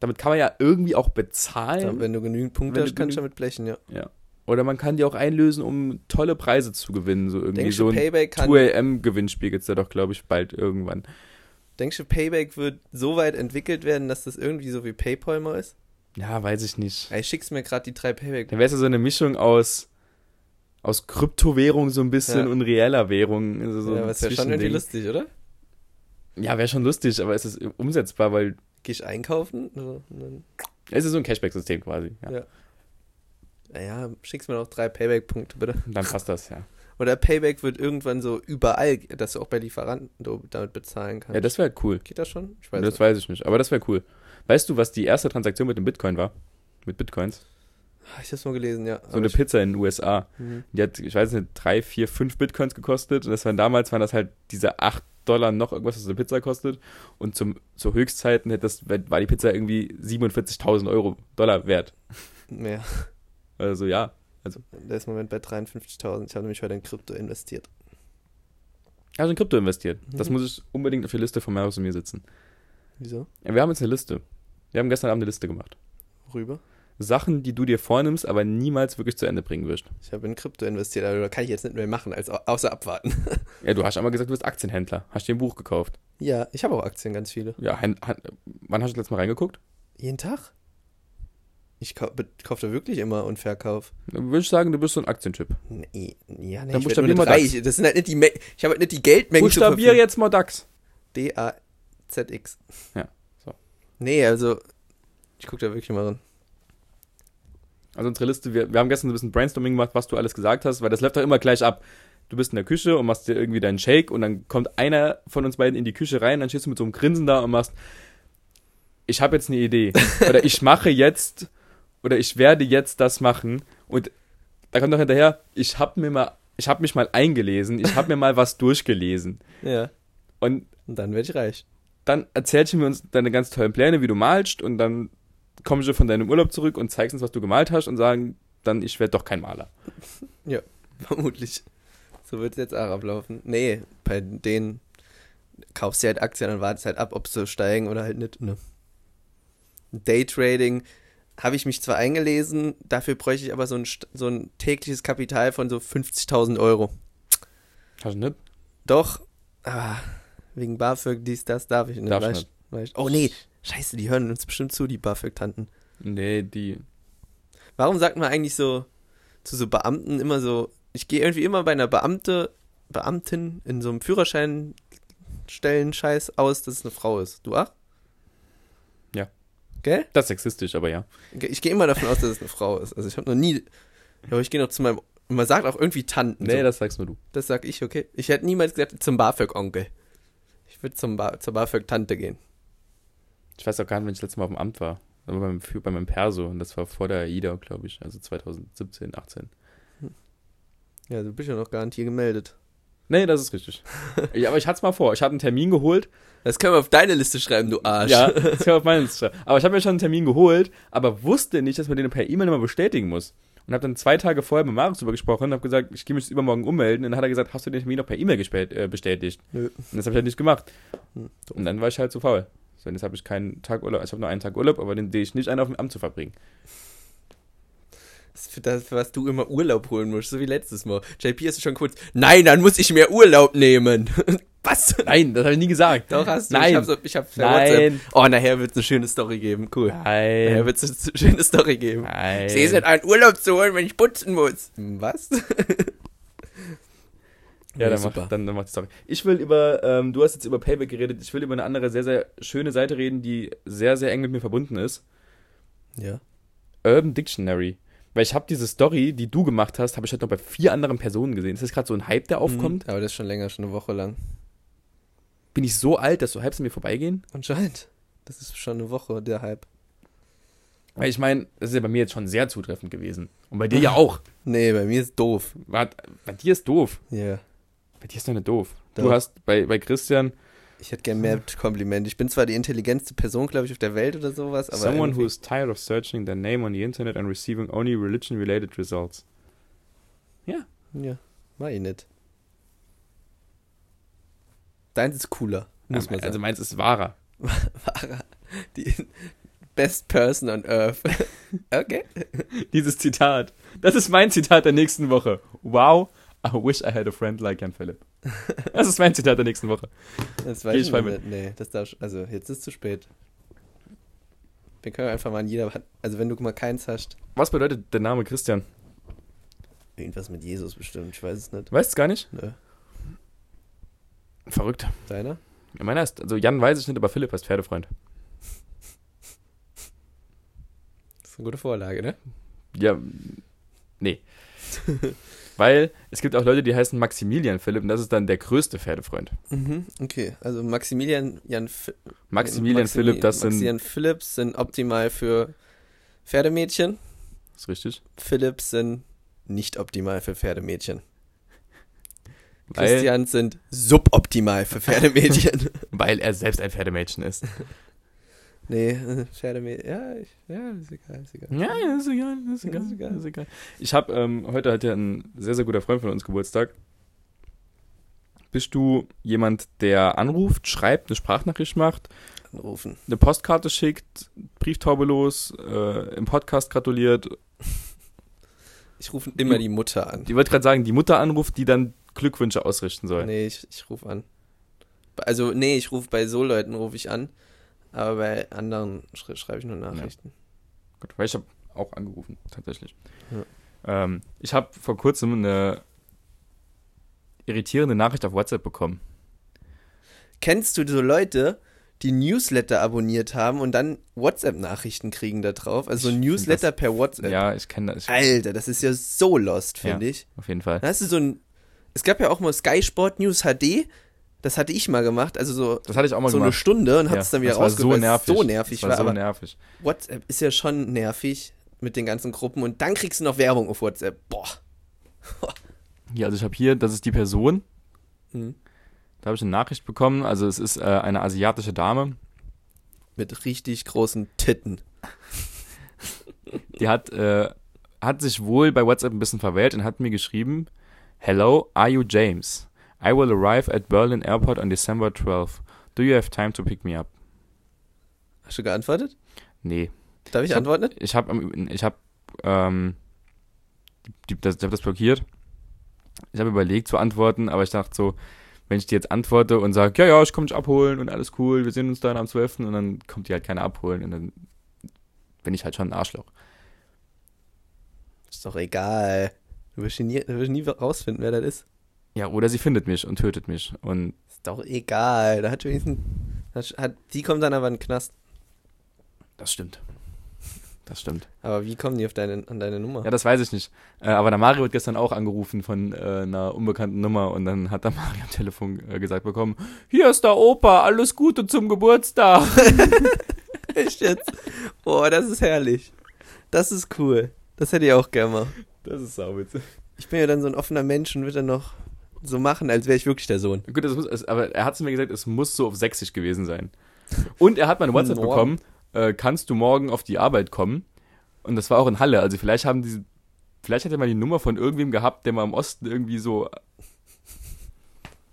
damit kann man ja irgendwie auch
Da,
bezahlen.
wenn du genügend Punkte
Mhm. Wenn du
hast, kannst
genügend-
du damit blechen, ja.
Oder man kann die auch einlösen, um tolle Preise zu gewinnen. So irgendwie
Denkst
so
du,
ein
Payback kann,
2AM-Gewinnspiel gibt es da doch, glaube ich, bald irgendwann.
denkst du, Payback wird so weit entwickelt werden, dass das irgendwie so wie Paypal mal ist?
Ja, weiß ich nicht.
Ey, Ich schick's mir gerade die drei Payback.
Dann wäre es ja so eine Mischung aus, aus Kryptowährung so ein bisschen
Ja.
und reeller Währung. Also so
ja,
ein
was wäre schon irgendwie
Zwischending.
lustig, oder?
Ja, wäre schon lustig, aber ist es umsetzbar, weil
Geh ich einkaufen? So, und dann,
es ist so ein Cashback-System quasi. Ja.
Ja. naja, schick's mir noch drei Payback-Punkte, bitte.
Dann passt das, ja.
Oder Payback wird irgendwann so überall, dass du auch bei Lieferanten do- damit bezahlen kannst.
Ja, das wäre cool.
Geht das schon? Ich
das
nicht.
weiß ich nicht, aber das wäre cool. Weißt du, was die erste Transaktion mit dem Bitcoin war? Mit Bitcoins?
Ah, Ich hab's mal gelesen, ja.
So eine
ich,
Pizza in den USA.
Mhm.
Die hat, ich weiß nicht, drei, vier, fünf Bitcoins gekostet. Und das waren damals, waren das halt diese acht Dollar noch irgendwas, was eine Pizza kostet. Und zum, zu Höchstzeiten hätte das, war die Pizza irgendwie 47.000 Euro Dollar wert.
Mehr.
Also ja.
Der ist im Moment bei 53.000. Ich habe nämlich heute in Krypto investiert.
Also in Krypto investiert. Das
Mhm.
muss ich unbedingt auf die Liste von Marius und mir sitzen.
Wieso?
Ja, wir haben jetzt eine Liste. Wir haben gestern Abend eine Liste gemacht.
Rüber?
Sachen, die du dir vornimmst, aber niemals wirklich zu Ende bringen wirst.
Ich habe in Krypto investiert, aber da kann ich jetzt nicht mehr machen, als au- außer abwarten. (laughs)
Ja, du hast einmal gesagt, du bist Aktienhändler. Hast dir ein Buch gekauft.
Ja, ich habe auch Aktien, ganz viele.
Ja, Han- Han- wann hast du das letzte Mal reingeguckt?
Jeden Tag? Ich kau be- kauf da wirklich immer und verkauf.
Dann Würde ich sagen, du bist so ein Aktientyp.
Nee, ja, nee,
Dann
ich werd
buchstabier
nur
mal
nicht reich. Das sind halt nicht die, Me ich habe halt nicht die Geldmenge
Buchstabier jetzt mal DAX.
D-A-Z-X.
Ja, so.
Nee, also, ich gucke da wirklich mal rein.
Also unsere Liste, wir, wir haben gestern so ein bisschen Brainstorming gemacht, was du alles gesagt hast, weil das läuft doch immer gleich ab. Du bist in der Küche und machst dir irgendwie deinen Shake und dann kommt einer von uns beiden in die Küche rein, dann stehst du mit so einem Grinsen da und machst, ich habe jetzt eine Idee oder ich mache jetzt oder ich werde jetzt das machen und da kommt doch hinterher, ich habe mir mal, ich habe mich mal eingelesen, ich habe mir mal was durchgelesen
Ja,
und
und dann werde ich reich.
dann erzählst du mir uns deine ganz tollen Pläne, wie du malst und dann kommst du von deinem Urlaub zurück und zeigst uns, was du gemalt hast und sagen dann, ich werde doch kein Maler.
Vermutlich. So wird es jetzt auch ablaufen. Nee, bei denen kaufst du halt Aktien und wartest halt ab, ob sie steigen oder halt nicht. Ne? Daytrading habe ich mich zwar eingelesen, dafür bräuchte ich aber so ein, st- so ein tägliches Kapital von so 50.000 Euro.
Hast du nicht?
Doch, ah, wegen BAföG, dies, das darf ich nicht.
Darfst
weißt- weißt- Oh nee, scheiße, die hören uns bestimmt zu, die BAföG-Tanten.
Nee, die.
Warum sagt man eigentlich so zu so Beamten immer so, ich gehe irgendwie immer bei einer Beamte, Beamtin in so einem Führerschein stellen Scheiß aus, dass es eine Frau ist. Du auch?
Ja.
Gell?
Das ist sexistisch, aber ja.
Ich gehe immer davon aus, dass es eine Frau ist. Also ich habe noch nie aber ich gehe noch zu meinem und man sagt auch irgendwie Tanten.
Nee,
so. das,
das sagst nur du.
sag ich, okay. Ich hätte niemals gesagt zum BAföG Onkel. Ich würde zum ba zur BAföG Tante gehen.
Ich weiß auch gar nicht, wenn ich letztes Mal auf dem Amt war. Aber beim, für- bei meinem Perso. Und das war vor der AIDA, glaube ich. Also 2017, 18.
Ja, du bist ja noch gar nicht hier gemeldet.
Nee, das ist (laughs) richtig. ja, aber ich hatte es mal vor. Ich habe einen Termin geholt.
Das können wir auf deine Liste schreiben, du Arsch.
(laughs) Ja, das kann auf meine Liste. Aber ich habe mir schon einen Termin geholt, aber wusste nicht, dass man den per E-Mail nochmal bestätigen muss. Und habe dann zwei Tage vorher mit Marius drüber gesprochen und habe gesagt, ich gehe mich übermorgen ummelden. Und dann hat er gesagt, hast du den Termin noch per E-Mail gespä- äh, bestätigt?
Nö.
Und das habe ich halt nicht gemacht.
Hm, doof.
Und dann war ich halt zu faul. So, und jetzt habe ich keinen Tag Urlaub. Ich habe nur einen Tag Urlaub, aber den sehe ich nicht ein, auf dem Amt zu verbringen.
Das ist für das, für was du immer Urlaub holen musst, so wie letztes Mal. JP ist schon kurz, nein, dann muss ich mir Urlaub nehmen. (laughs) was?
Nein, das habe ich nie gesagt.
Doch hast du.
Nein.
Ich hab's, auf- ich hab's per WhatsApp.
Nein.
Oh, nachher wird's eine schöne Story geben. Cool. Nachher
Nein.
wird's eine (laughs) s- schöne Story geben.
Nein.
Ich halt sehe es nicht ein, Urlaub zu holen, wenn ich putzen muss. Hm, Was?
Ja, dann
super.
mach, dann, dann mach die Story. Ich will über, ähm, du hast jetzt über Payback geredet, ich will über eine andere sehr, sehr schöne Seite reden, die sehr, sehr eng mit mir verbunden ist.
(laughs) Ja.
Urban Dictionary. Weil ich habe diese Story, die du gemacht hast, habe ich halt noch bei vier anderen Personen gesehen. Ist das gerade so ein Hype,
Mhm.
der aufkommt?
Aber das ist schon länger, schon eine Woche lang.
Bin ich so alt, dass so Hypes an mir vorbeigehen?
Anscheinend. Das ist schon eine Woche, der Hype.
Weil ich meine, das ist ja bei mir jetzt schon sehr zutreffend gewesen. Und bei
Ah.
dir ja auch.
Nee, bei mir ist doof.
Bei, bei dir ist doof.
Ja.
Bei dir ist doch nicht doof.
Doch.
Du hast bei, bei Christian
Ich hätte gern mehr Kompliment. Ich bin zwar die intelligenteste Person, glaube ich, auf der Welt oder sowas, aber.
someone who
irgendwie-
is tired of searching their name on the internet and receiving only religion-related results.
Ja, mach ich nicht. Deins ist cooler, muss
Ja,
man
also
sagen.
meins ist wahrer. (laughs)
Wahrer. Also Die (laughs) best person on (laughs) earth. okay.
Dieses Zitat. Das ist mein Zitat der nächsten Woche. Wow, I wish I had a friend like
(laughs)
Jan Philipp. Das ist mein Zitat der nächsten Woche.
Das weiß
Geh
ich,
ich
noch
mal
nicht. Nee, das darf. Also, jetzt ist zu spät. Wir können einfach mal an jeder. Also, wenn du mal keins hast.
Was bedeutet der Name Christian?
Irgendwas mit Jesus bestimmt, ich weiß es nicht.
Du weißt es gar nicht?
Nö.
Verrückt.
Deiner?
Ja, meiner ist, also Jan weiß ich nicht, aber Philipp heißt Pferdefreund.
Das ist eine gute Vorlage, ne?
Ja,
(laughs)
nee. Weil es gibt auch Leute, die heißen Maximilian Philipp und das ist dann der größte Pferdefreund.
Mhm, okay. Also Maximilian Jan F
Maximilian
Maximi-
Philipp, das sind.
Maximilian Philipps sind optimal für Pferdemädchen.
Ist richtig.
Philipps sind nicht optimal für Pferdemädchen.
Weil-
Christians sind suboptimal für
(laughs)
Pferdemädchen.
Weil er selbst ein Pferdemädchen ist.
nee, äh, Pferdemädchen. Ja, ich, ja, ist egal, ist egal.
(laughs) Ja, ja, ist egal, ist
Ja,
egal,
ist egal.
ist egal. Ist egal. Ich habe ähm, heute hat ja ein sehr, sehr guter Freund von uns Geburtstag. Bist du jemand, der anruft, schreibt, eine Sprachnachricht macht,
Anrufen.
eine Postkarte schickt, Brieftaube los, äh, im Podcast gratuliert?
Ich rufe immer die Mutter an.
Die wollte gerade sagen, die Mutter anruft, die dann Glückwünsche ausrichten soll.
Nee, ich, ich rufe an. Also, nee, ich rufe bei so Leuten rufe ich an. Aber bei anderen schre schreibe ich nur Nachrichten.
Gut, weil ich habe auch angerufen, tatsächlich.
Ja.
Ähm, ich habe vor kurzem eine irritierende Nachricht auf WhatsApp bekommen.
Kennst du so Leute, die Newsletter abonniert haben und dann WhatsApp-Nachrichten kriegen da drauf? Also
Ich
so
find
Newsletter per WhatsApp.
Ja, ich kenne das. Ich,
Alter, das ist ja so lost, finde ich.
auf jeden Fall.
Da hast du so ein. Es gab ja auch mal Sky Sport News HD. Das hatte ich mal gemacht. Also so,
Das hatte ich auch mal
so eine
gemacht.
Stunde und hab's
Ja,
dann wieder
das war so
rausgeholt, weil es
nervig.
So nervig
das
war.
war so
aber
nervig.
WhatsApp ist ja schon nervig mit den ganzen Gruppen und dann kriegst du noch Werbung auf WhatsApp. Boah.
Ja, also ich habe hier, das ist die Person,
Mhm.
da habe ich eine Nachricht bekommen. Also es ist äh, eine asiatische Dame,
Mit richtig großen Titten.
die hat, äh, hat sich wohl bei WhatsApp ein bisschen verwählt und hat mir geschrieben, Hello, are you James? I will arrive at Berlin Airport on December 12th. Do you have time to pick me up?
Hast du geantwortet?
Nee.
Darf ich
Ich hab-
antworten?
Ich habe ich hab, ähm, die, das, ich hab das blockiert. Ich habe überlegt zu antworten, aber ich dachte so, wenn ich dir jetzt antworte und sage, ja, ja, ich komme dich abholen und alles cool, wir sehen uns dann am 12. und dann kommt die halt keiner abholen und dann bin ich halt schon ein Arschloch.
Ist doch egal. Du wirst, ihn nie, du wirst nie rausfinden, wer das ist.
Ja, oder sie findet mich und tötet mich. Und
Ist doch egal. Da hat wenigstens. Hat, hat, die kommen dann aber in den Knast.
das stimmt. Das stimmt.
Aber wie kommen die auf deine, an deine Nummer?
Ja, das weiß ich nicht. Äh, aber der Mario wird gestern auch angerufen von äh, einer unbekannten Nummer und dann hat der (laughs) Mario am Telefon äh, gesagt bekommen, hier ist der Opa, alles Gute zum Geburtstag. (laughs)
Echt jetzt? Boah, das ist herrlich. Das ist cool. Das hätte ich auch gerne mal.
Das ist sauwitzig.
Ich bin ja dann so ein offener Mensch und würde dann noch so machen, als wäre ich wirklich der Sohn.
Gut, das muss, es, aber er hat es mir gesagt, es muss so auf sächsisch gewesen sein. Und er hat meine WhatsApp
Morgen.
bekommen, äh, kannst du morgen auf die Arbeit kommen? Und das war auch in Halle, also vielleicht haben die, vielleicht hat er mal die Nummer von irgendwem gehabt, der mal im Osten irgendwie so,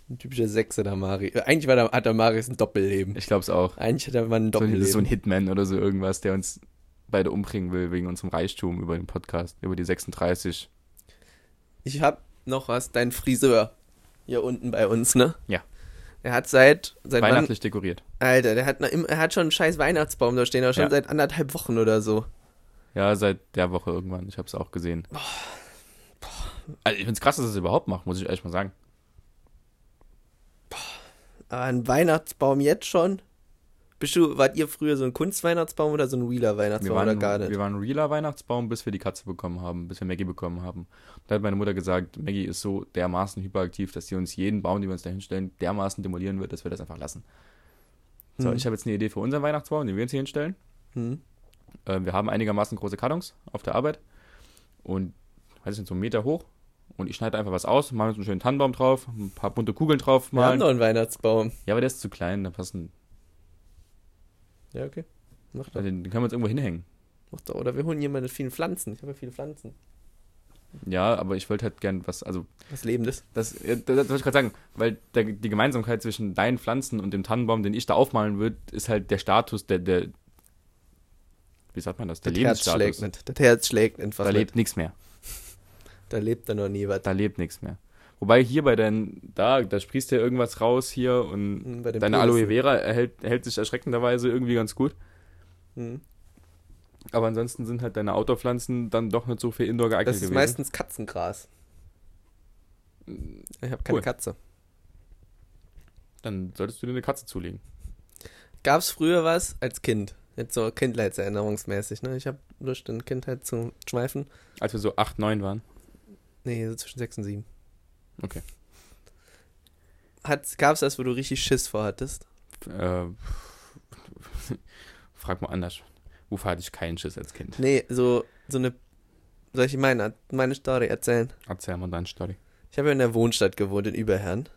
Ein typischer Sechser, der Mari. Eigentlich war der, hat der Marius ein Doppelleben.
ich glaube es auch,
Eigentlich hat er mal ein
so ein,
Doppelleben.
so ein Hitman oder so irgendwas, der uns beide umbringen will wegen unserem Reichtum über den Podcast, über die 36.
ich hab noch was. Dein Friseur hier unten bei uns, ne?
Ja.
Er hat seit, seit wann?
Weihnachtlich dekoriert.
Alter, der hat, noch im- er hat schon einen scheiß Weihnachtsbaum da stehen, aber schon
Ja.
seit anderthalb Wochen oder so.
Ja, seit der Woche irgendwann, ich habe es auch gesehen. Also ich find's krass, dass er es überhaupt macht, muss ich ehrlich mal sagen.
Aber ein Weihnachtsbaum jetzt schon? Bist du, wart ihr früher so ein Kunstweihnachtsbaum oder so ein realer
Wir
Weihnachtsbaum
waren,
oder gar nicht?
wir waren realer Weihnachtsbaum, bis wir die Katze bekommen haben, bis wir Maggie bekommen haben. Da hat meine Mutter gesagt, Maggie ist so dermaßen hyperaktiv, dass sie uns jeden Baum, den wir uns da hinstellen, dermaßen demolieren wird, dass wir das einfach lassen. So,
Hm.
ich habe jetzt eine Idee für unseren Weihnachtsbaum, den wir uns hier hinstellen.
Hm.
Äh, wir haben einigermaßen große Kartons auf der Arbeit und, weiß ich nicht, so einen Meter hoch. Und ich schneide einfach was aus, male uns einen schönen Tannenbaum drauf, ein paar bunte Kugeln drauf
Wir haben
malen.
noch einen Weihnachtsbaum.
Ja, aber der ist zu klein, da passen,
Ja, okay. Mach doch.
also den können wir uns irgendwo hinhängen.
Mach doch. Oder wir holen jemanden mit vielen Pflanzen. Ich habe ja viele Pflanzen.
Ja, aber ich wollte halt gern was, also
Was Lebendes.
Das, äh, das, das wollte ich gerade sagen, weil der, die Gemeinsamkeit zwischen deinen Pflanzen und dem Tannenbaum, den ich da aufmalen würde, ist halt der Status, der, der wie sagt man das, der
das Herz schlägt
Lebensstatus.
nicht. Das Herz schlägt nicht.
Da
was
lebt nichts mehr.
nicht. da lebt da noch nie was.
Da lebt nichts mehr. Wobei hier bei deinen, da, da sprießt ja irgendwas raus hier und
Hm, Bei den
deine
Penissen.
Aloe Vera erhält, erhält sich erschreckenderweise irgendwie ganz gut.
Hm.
Aber ansonsten sind halt deine Outdoor-Pflanzen dann doch nicht so für Indoor geeignet
Das ist
gewesen.
meistens Katzengras. Ich habe keine
Cool.
Katze.
dann solltest du dir eine Katze zulegen.
Gab's früher was als Kind? Jetzt so kindheitserinnerungsmäßig, ne? Ich habe Lust, in Kindheit zu schweifen.
Als wir so 8, 9 waren.
Nee, so zwischen sechs und sieben.
Okay.
Hat, gab's das, wo du richtig Schiss vor hattest?
Äh, (laughs) frag mal anders. Wovor hatte ich keinen Schiss als Kind?
Nee, so, so eine. Soll ich meine, meine Story erzählen?
Erzähl mal deine Story.
Ich habe ja in der Wohnstadt gewohnt, in Überherrn.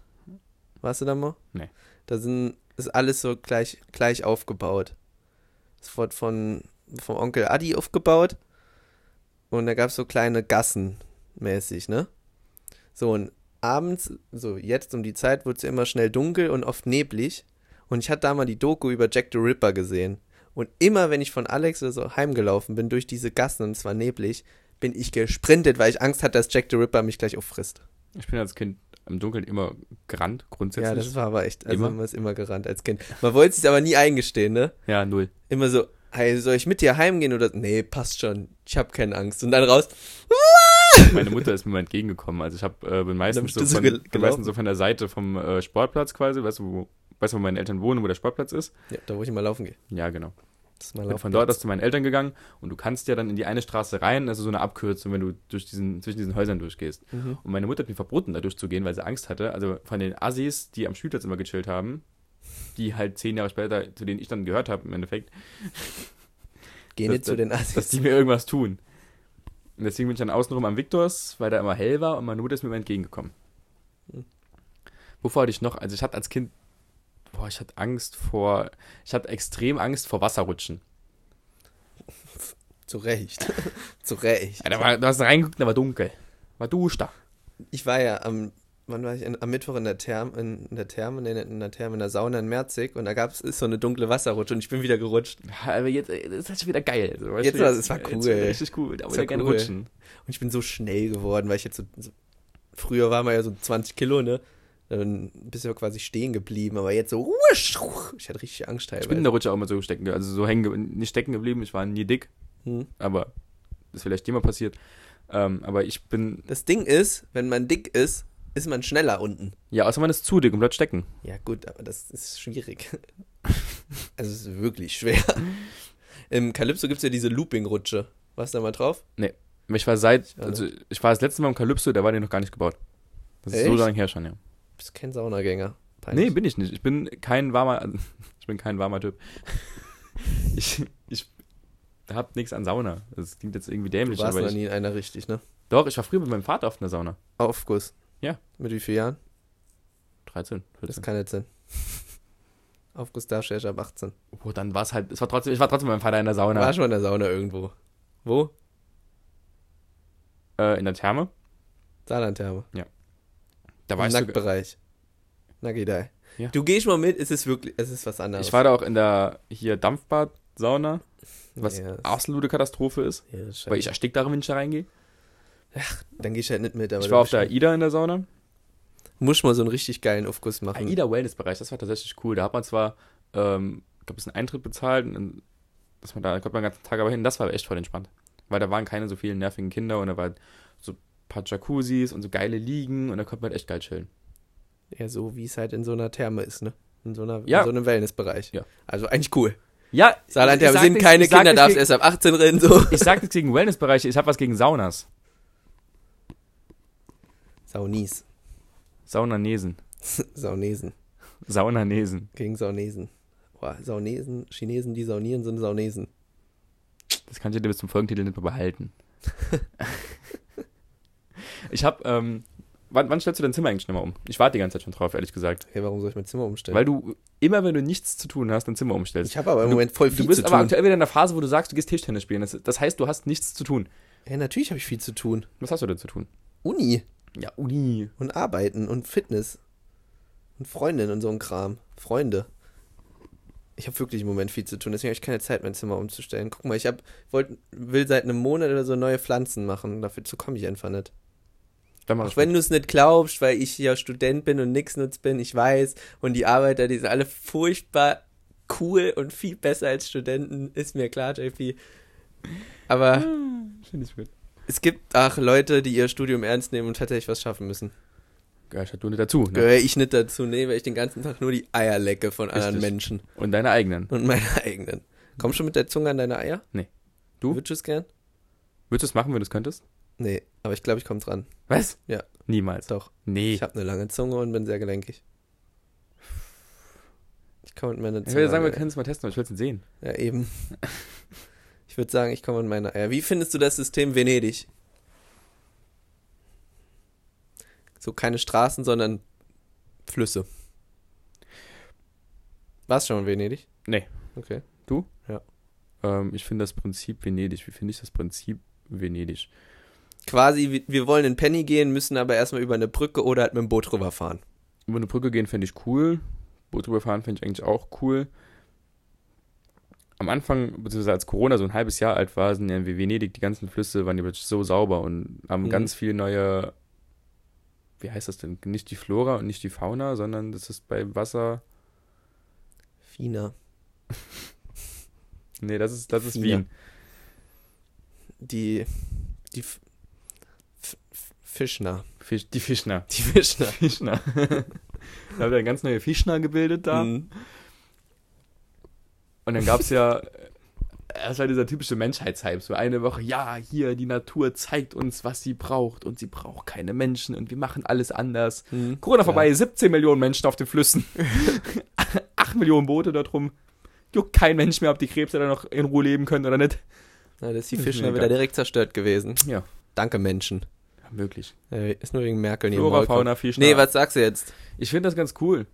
Warst du da mal?
Nee.
Da sind, ist alles so gleich, gleich aufgebaut. Es wurde von, vom Onkel Adi aufgebaut. Und da gab es so kleine Gassen mäßig, ne? So, und abends, so jetzt um die Zeit, wurde es ja immer schnell dunkel und oft neblig. Und ich hatte da mal die Doku über Jack the Ripper gesehen. Und immer, wenn ich von Alex oder so heimgelaufen bin, durch diese Gassen, und es war neblig, bin ich gesprintet, weil ich Angst hatte, dass Jack the Ripper mich gleich auffrisst.
Ich bin als Kind im Dunkeln immer gerannt,
Ja,
grundsätzlich.
das war aber echt. Also
Immer?
man ist immer gerannt als Kind. Man wollte es aber nie eingestehen, ne?
Ja, null.
Immer so, hey, soll ich mit dir heimgehen oder? Nee, passt schon. Ich hab keine Angst. Und dann raus.
(laughs) Meine Mutter ist mir mal entgegengekommen. Also ich hab, äh, bin, meistens
bist
so
du so
von,
gel- genau.
bin
gelaufen?
meistens so von der Seite vom äh, Sportplatz quasi, weißt du, wo, weißt du, wo meine Eltern wohnen, wo der Sportplatz ist?
Ja, da wo ich mal laufen gehe.
Ja, genau.
Das ist mal
Bin
laufen.
von dort aus zu meinen Eltern gegangen und du kannst ja dann in die eine Straße rein, also so eine Abkürzung, wenn du durch diesen, zwischen diesen Häusern durchgehst.
Mhm.
Und meine Mutter hat mir verboten, da durchzugehen, weil sie Angst hatte. Also von den Assis, die am Spielplatz immer gechillt haben, die halt zehn Jahre später, zu denen ich dann gehört habe im Endeffekt,
Geh
das-
nicht zu den Assis.
dass
(laughs)
die mir irgendwas tun. Und deswegen bin ich dann außenrum am Viktors, weil da immer hell war und meine Mutter ist mir immer entgegengekommen.
Hm.
Wovor hatte ich noch? Also ich hatte als Kind, boah, ich hatte Angst vor, ich hatte extrem Angst vor Wasserrutschen.
zu (laughs) Recht. zu Recht.
Ja, da war, du hast reingeguckt, da war dunkel. War duschta.
Ich war ja am, wann war ich? In, am Mittwoch in der Therm, in, in der Therm, in der, in der Therm, in der Sauna in Merzig und da gab's ist so eine dunkle Wasserrutsche und ich bin wieder gerutscht.
Ja, aber jetzt äh, das ist halt schon wieder geil. So, weißt
Jetzt
du,
war- es war
Jetzt
cool.
wieder richtig cool. Da
Es
wollte
war
ich gerne
cool.
rutschen.
Und ich bin so schnell geworden, weil ich jetzt so, so früher war man ja so 20 Kilo, ne? Dann bist du ja quasi stehen geblieben, aber jetzt so, wusch, wusch. ich hatte richtig Angst teilweise.
Ich bin in der Rutsche auch immer so stecken, ge- also so hängen, ge- nicht stecken geblieben. Ich war nie dick,
Hm.
aber das ist vielleicht dir mal passiert. Ähm, aber ich bin,
das Ding ist, wenn man dick ist, ist man schneller unten.
ja, außer man ist zu dick und bleibt stecken.
Ja gut, aber das ist
(laughs)
schwierig. also es ist wirklich schwer. Im Calypso gibt es ja diese Looping-Rutsche. Warst du da mal drauf?
Ich war seit,
Schade.
also ich war das letzte Mal im Calypso, da war der noch gar nicht gebaut. Das ist so
Echt?
lange her schon, ja.
Bist kein Saunagänger.
Nee, bin ich nicht. Ich bin kein warmer, also, (laughs) ich bin kein warmer Typ. (laughs) Ich, ich hab nichts an Sauna. Das klingt jetzt irgendwie
du
dämlich,
warst
aber
noch
ich,
nie in einer richtig, ne?
doch, ich war früher mit meinem Vater auf einer Sauna.
Aufguss.
Ja.
Mit wie vielen Jahren?
13, 14.
Das kann jetzt sein. Aufguss darfst du erst ab 18.
Oh, dann war es halt, es war trotzdem, ich war trotzdem mit meinem Vater in der Sauna.
War schon in der Sauna irgendwo. Wo?
Äh, in der Therme.
Saarlandtherme.
Da war
Im
ich sogar,
Nacktbereich. Nackidei.
Ja.
Du gehst mal mit, es ist wirklich, es ist was anderes.
Ich war da auch in der hier Dampfbad-Sauna, was
Ja, das-
absolute Katastrophe ist,
ja, das ist
weil ich erstick darin, wenn ich da reingehe.
Dann gehst du halt nicht mit, aber
Ich
du
war auf
musst-
der AIDA in der Sauna.
Musst mal so einen richtig geilen Aufguss machen.
AIDA Wellness-Bereich, das war tatsächlich cool. Da hat man zwar, ähm, ich glaube, einen Eintritt bezahlt, und, dann- dass man da, da kommt man den ganzen Tag aber hin. Das war aber echt voll entspannt, weil da waren keine so vielen nervigen Kinder und da waren so ein paar Jacuzzis und so geile Liegen und da konnte man echt geil chillen.
Ja, so wie es halt in so einer Therme ist, ne? In so, einer,
Ja.
in so einem Wellnessbereich.
Ja.
Also eigentlich cool.
Ja,
Saarland,
ich
ja, wir
sag
sind
nicht-
keine
ich sag
Kinder,
nicht
darfst
gegen-
erst ab 18 rennen, so.
Ich sag nichts gegen Wellnessbereiche, ich hab was gegen Saunas.
Saunis. (laughs)
Saunanesen.
Saunesen.
Saunanesen.
Gegen Saunesen. Boah, Saunesen, Chinesen, die saunieren, sind Saunesen.
Das kannst du dir bis zum Folgentitel nicht mehr behalten. ich hab, ähm, wann, wann stellst du dein Zimmer eigentlich nochmal um? Ich warte die ganze Zeit schon drauf, ehrlich gesagt.
Hey, warum soll ich mein Zimmer umstellen?
Weil du immer, wenn du nichts zu tun hast, dein Zimmer umstellst.
ich habe aber im Moment voll viel
Du bist
zu
aber
tun.
aktuell wieder in einer Phase, wo du sagst, du gehst Tischtennis spielen. Das, das heißt, du hast nichts zu tun.
Ja, natürlich habe ich viel zu tun.
Was hast du denn zu tun?
Uni
Ja, Uni.
und Arbeiten und Fitness und Freundin und so ein Kram. Freunde. Ich habe wirklich im Moment viel zu tun, deswegen habe ich keine Zeit, mein Zimmer umzustellen. Guck mal, ich hab, wollt, will seit einem Monat oder so neue Pflanzen machen. Dafür komme ich einfach nicht.
Dann mach
Auch
ich
wenn du es nicht glaubst, weil ich ja Student bin und nix nutz bin, ich weiß. Und die Arbeiter, die sind alle furchtbar cool und viel besser als Studenten, ist mir klar, JP. Aber
Finde ich gut.
es gibt auch Leute, die ihr Studium ernst nehmen und tatsächlich was schaffen müssen.
Gehört halt du nicht dazu. Ne?
Gehöre ich nicht dazu, nee, weil ich den ganzen Tag nur die Eier lecke von anderen
Richtig.
Menschen
Und deine eigenen.
und meine (laughs) eigenen. Kommst du mit der Zunge an deine Eier?
Nee. Du?
Würdest du es gern?
Würdest du es machen, wenn du es könntest?
Nee, aber ich glaube, ich komme dran.
Was?
Ja.
Niemals.
Doch.
Nee.
Ich habe eine lange Zunge und bin sehr gelenkig. Ich komme mit meiner
Ich
Zunge.
würde sagen,
an
wir
die-
können es mal testen, aber ich will es nicht sehen.
Ja, eben. Ich würde sagen, ich komme an meine Eier. Wie findest du das System Venedig? So keine Straßen, sondern Flüsse. Warst du schon in Venedig?
Nee.
Okay.
Ähm, ich finde das Prinzip Venedig. Wie finde ich das Prinzip Venedig?
Quasi, wir- wir wollen in Penny gehen, müssen aber erstmal über eine Brücke oder halt mit dem Boot rüberfahren.
Über eine Brücke gehen fände ich cool. Boot drüber fahren fände ich eigentlich auch cool. Am Anfang, beziehungsweise als Corona so ein halbes Jahr alt war, sind ja in Venedig die ganzen Flüsse waren die plötzlich so sauber und haben
Mhm.
ganz viel neue, wie heißt das denn? Nicht die Flora und nicht die Fauna, sondern das ist bei Wasser.
Fina.
Nee, das ist, das ist
Fina.
Wien.
Die. Die. F F F- Fischner. (laughs)
Fisch, die Fischner.
Die Fischner.
Fischner. (laughs) da haben wir eine ganz neue Fischner gebildet da.
Mhm.
Und dann gab es ja, äh, das war dieser typische Menschheitshype, so eine Woche, ja, hier, die Natur zeigt uns, was sie braucht und sie braucht keine Menschen und wir machen alles anders.
Mhm.
Corona
Ja.
vorbei, 17 Millionen Menschen auf den (laughs) Flüssen, 8 Millionen Boote dort rum. Juckt kein Mensch mehr, ob die Krebse da noch in Ruhe leben können oder nicht.
Na, da ist die
Ist mir
Fischner
egal.
wieder direkt zerstört gewesen.
Ja.
Danke, Menschen.
Ja, möglich.
Äh, Ist nur wegen Merkel in ihrem
Flora,
Maul
Fauna,
kommt.
Fischner.
Nee, was sagst du jetzt?
Ich finde das ganz cool.